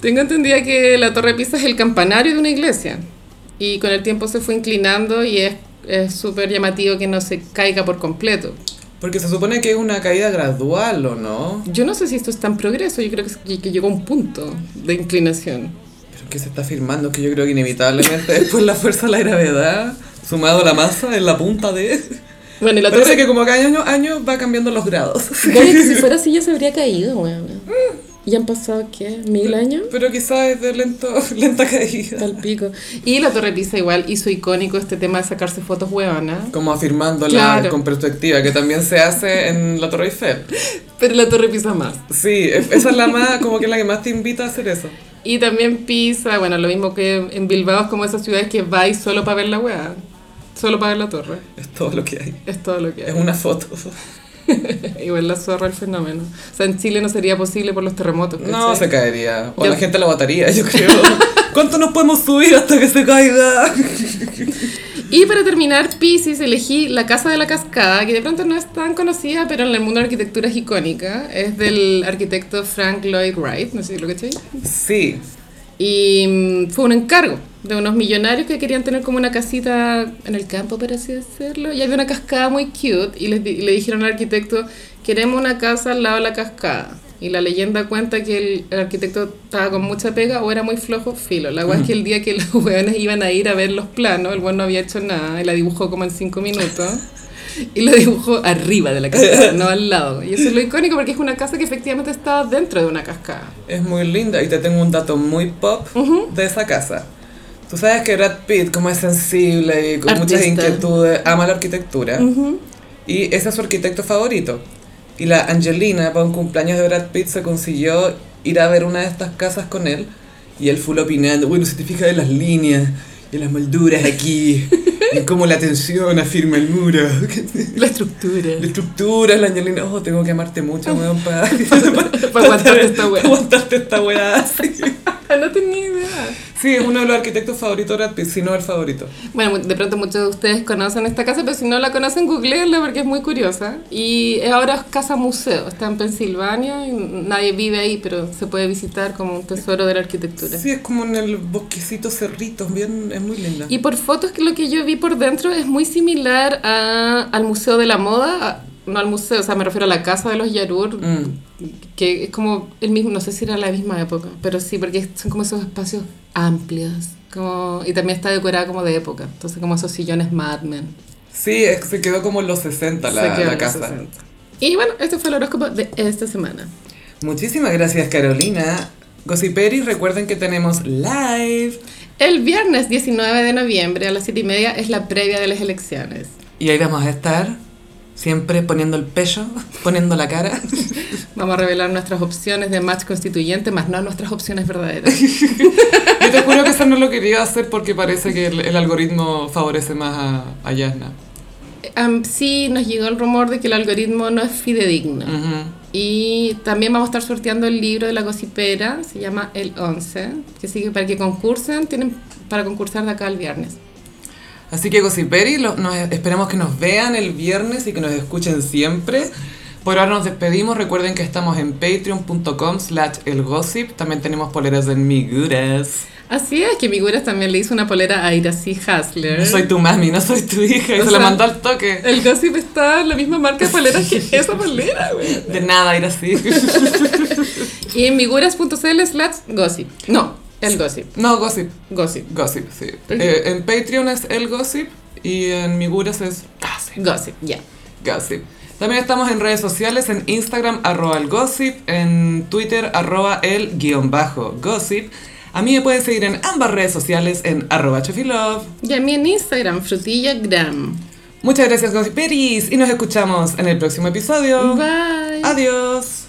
S2: Tengo entendida que la Torre de Pisa es el campanario de una iglesia y con el tiempo se fue inclinando y es es súper llamativo que no se caiga por completo.
S1: Porque se supone que es una caída gradual, ¿o no?
S2: Yo no sé si esto está en progreso, yo creo que, es- que- que llegó a un punto de inclinación.
S1: Pero que se está afirmando que yo creo que inevitablemente después la fuerza de la gravedad, sumado a la masa, en la punta de...
S2: Bueno, y la
S1: Parece
S2: torre...
S1: que como cada año, año va cambiando los grados.
S2: Bueno, que si fuera así ya se habría caído, weón. Ya han pasado, ¿qué? ¿Mil años?
S1: Pero quizás es de lento, lenta caída.
S2: Tal pico. Y la Torre Pisa igual hizo icónico este tema de sacarse fotos ¿ah? huevanas.
S1: Como afirmándola
S2: Claro.
S1: con perspectiva, que también se hace en la Torre Eiffel.
S2: Pero la Torre Pisa más.
S1: Sí, es- esa es la más, como que la que más te invita a hacer eso.
S2: Y también Pisa, bueno, lo mismo que en Bilbao, es como esas ciudades que vais solo para ver la hueá. Solo para ver la torre.
S1: Es todo lo que hay.
S2: Es todo lo que
S1: Es
S2: hay.
S1: una foto.
S2: Igual la zorra el fenómeno. O sea, en Chile no sería posible por los terremotos.
S1: No,
S2: ¿cachai?
S1: se caería. O
S2: Yo-
S1: la gente la botaría, yo creo. ¿Cuánto nos podemos subir hasta que se caiga?
S2: Y para terminar, Pisces, elegí la Casa de la Cascada, que de pronto no es tan conocida, pero en el mundo de la arquitectura es icónica. Es del arquitecto Frank Lloyd Wright, no sé si lo que
S1: Sí,
S2: Y mm, fue un encargo de unos millonarios que querían tener como una casita en el campo, por así decirlo. Y había una cascada muy cute y, les di- y le dijeron al arquitecto, queremos una casa al lado de la cascada. Y la leyenda cuenta que el, el arquitecto estaba con mucha pega o era muy flojo, filo. La guay es que el día que los hueones iban a ir a ver los planos, el buen no había hecho nada y la dibujó como en cinco minutos. Y la dibujó arriba de la cascada, no al lado. Y eso es lo icónico porque es una casa que efectivamente estaba dentro de una cascada.
S1: Es muy linda y te tengo un dato muy pop de esa casa. Tú sabes que Brad Pitt, como es sensible y con muchas
S2: Artista.
S1: inquietudes, ama la arquitectura. Y ese es su arquitecto favorito. Y la Angelina, para un cumpleaños de Brad Pitt, se consiguió ir a ver una de estas casas con él. Y él fue opinando, bueno, si te fijas en las líneas y en las molduras aquí. Y como la tensión afirma el muro.
S2: La estructura.
S1: La estructura, la ñalina. Oh, tengo que amarte mucho, weón, para
S2: Para aguantarte esta weá.
S1: aguantarte esta weá. Sí.
S2: No tenía idea.
S1: Sí, es uno de los arquitectos favoritos de Brad Pitt, si no el favorito.
S2: Bueno, de pronto muchos de ustedes conocen esta casa, pero si no la conocen, googleenla porque es muy curiosa. Y ahora es casa museo, está en Pensilvania y nadie vive ahí, pero se puede visitar como un tesoro de la arquitectura.
S1: Sí, es como en el bosquecito cerritos, bien, es muy linda.
S2: Y por fotos que lo que yo vi por dentro es muy similar a- al Museo de la Moda, a- no al museo, o sea, me refiero a la casa de los Yarur,
S1: Mm.
S2: que es como el mismo, no sé si era la misma época, pero sí, porque son como esos espacios amplios. Como, y también está decorada como de época, entonces como esos sillones Mad Men.
S1: Sí, es- se quedó como en los 60
S2: Se
S1: la,
S2: quedan
S1: la
S2: los
S1: casa.
S2: 60. Y bueno, este fue el horóscopo de esta semana.
S1: Muchísimas gracias, Carolina. Gossiperis, recuerden que tenemos live.
S2: El viernes 19 de noviembre a las 7 y media es la previa de las elecciones.
S1: Y ahí vamos a estar siempre poniendo el pecho, poniendo la cara.
S2: Vamos a revelar nuestras opciones de match constituyente, más no nuestras opciones verdaderas.
S1: Yo te juro que eso no lo quería hacer porque parece que el, el algoritmo favorece más a, a Yasna.
S2: Am, sí, nos llegó el rumor de que el algoritmo no es fidedigno.
S1: Ujú.
S2: Y también vamos a estar sorteando el libro de la gocipera, se llama El 11, que sigue para que concursen, tienen para concursar de acá al viernes.
S1: Así que Gossiperi, lo- nos, esperamos que nos vean el viernes y que nos escuchen siempre. Por ahora nos despedimos. Recuerden que estamos en patreon.com slash elgossip. También tenemos poleras en miguras.
S2: Así es que Miguras también le hizo una polera a Iracy Hasler.
S1: No soy tu mami, no soy tu hija. Y
S2: ¿Eh? O
S1: se la
S2: sea-
S1: mandó al toque.
S2: El gossip está en la misma marca de poleras que esa polera, güey.
S1: De nada, ir así.
S2: Y en miguras.cl slash gossip. No, el gossip.
S1: No, gossip.
S2: Gossip.
S1: Gossip, sí. Eh, en Patreon es el gossip y en miguras es gossip.
S2: Gossip, ya.
S1: Gossip. También estamos en redes sociales, en Instagram, arroba el gossip, en Twitter, arroba el guión bajo gossip. A mí me pueden seguir en ambas redes sociales, en arroba chofilove.
S2: Y a mí en Instagram, frutillagram.
S1: Ah, Muchas gracias, Gossiperis, y nos escuchamos en el próximo episodio.
S2: Bye.
S1: Adiós.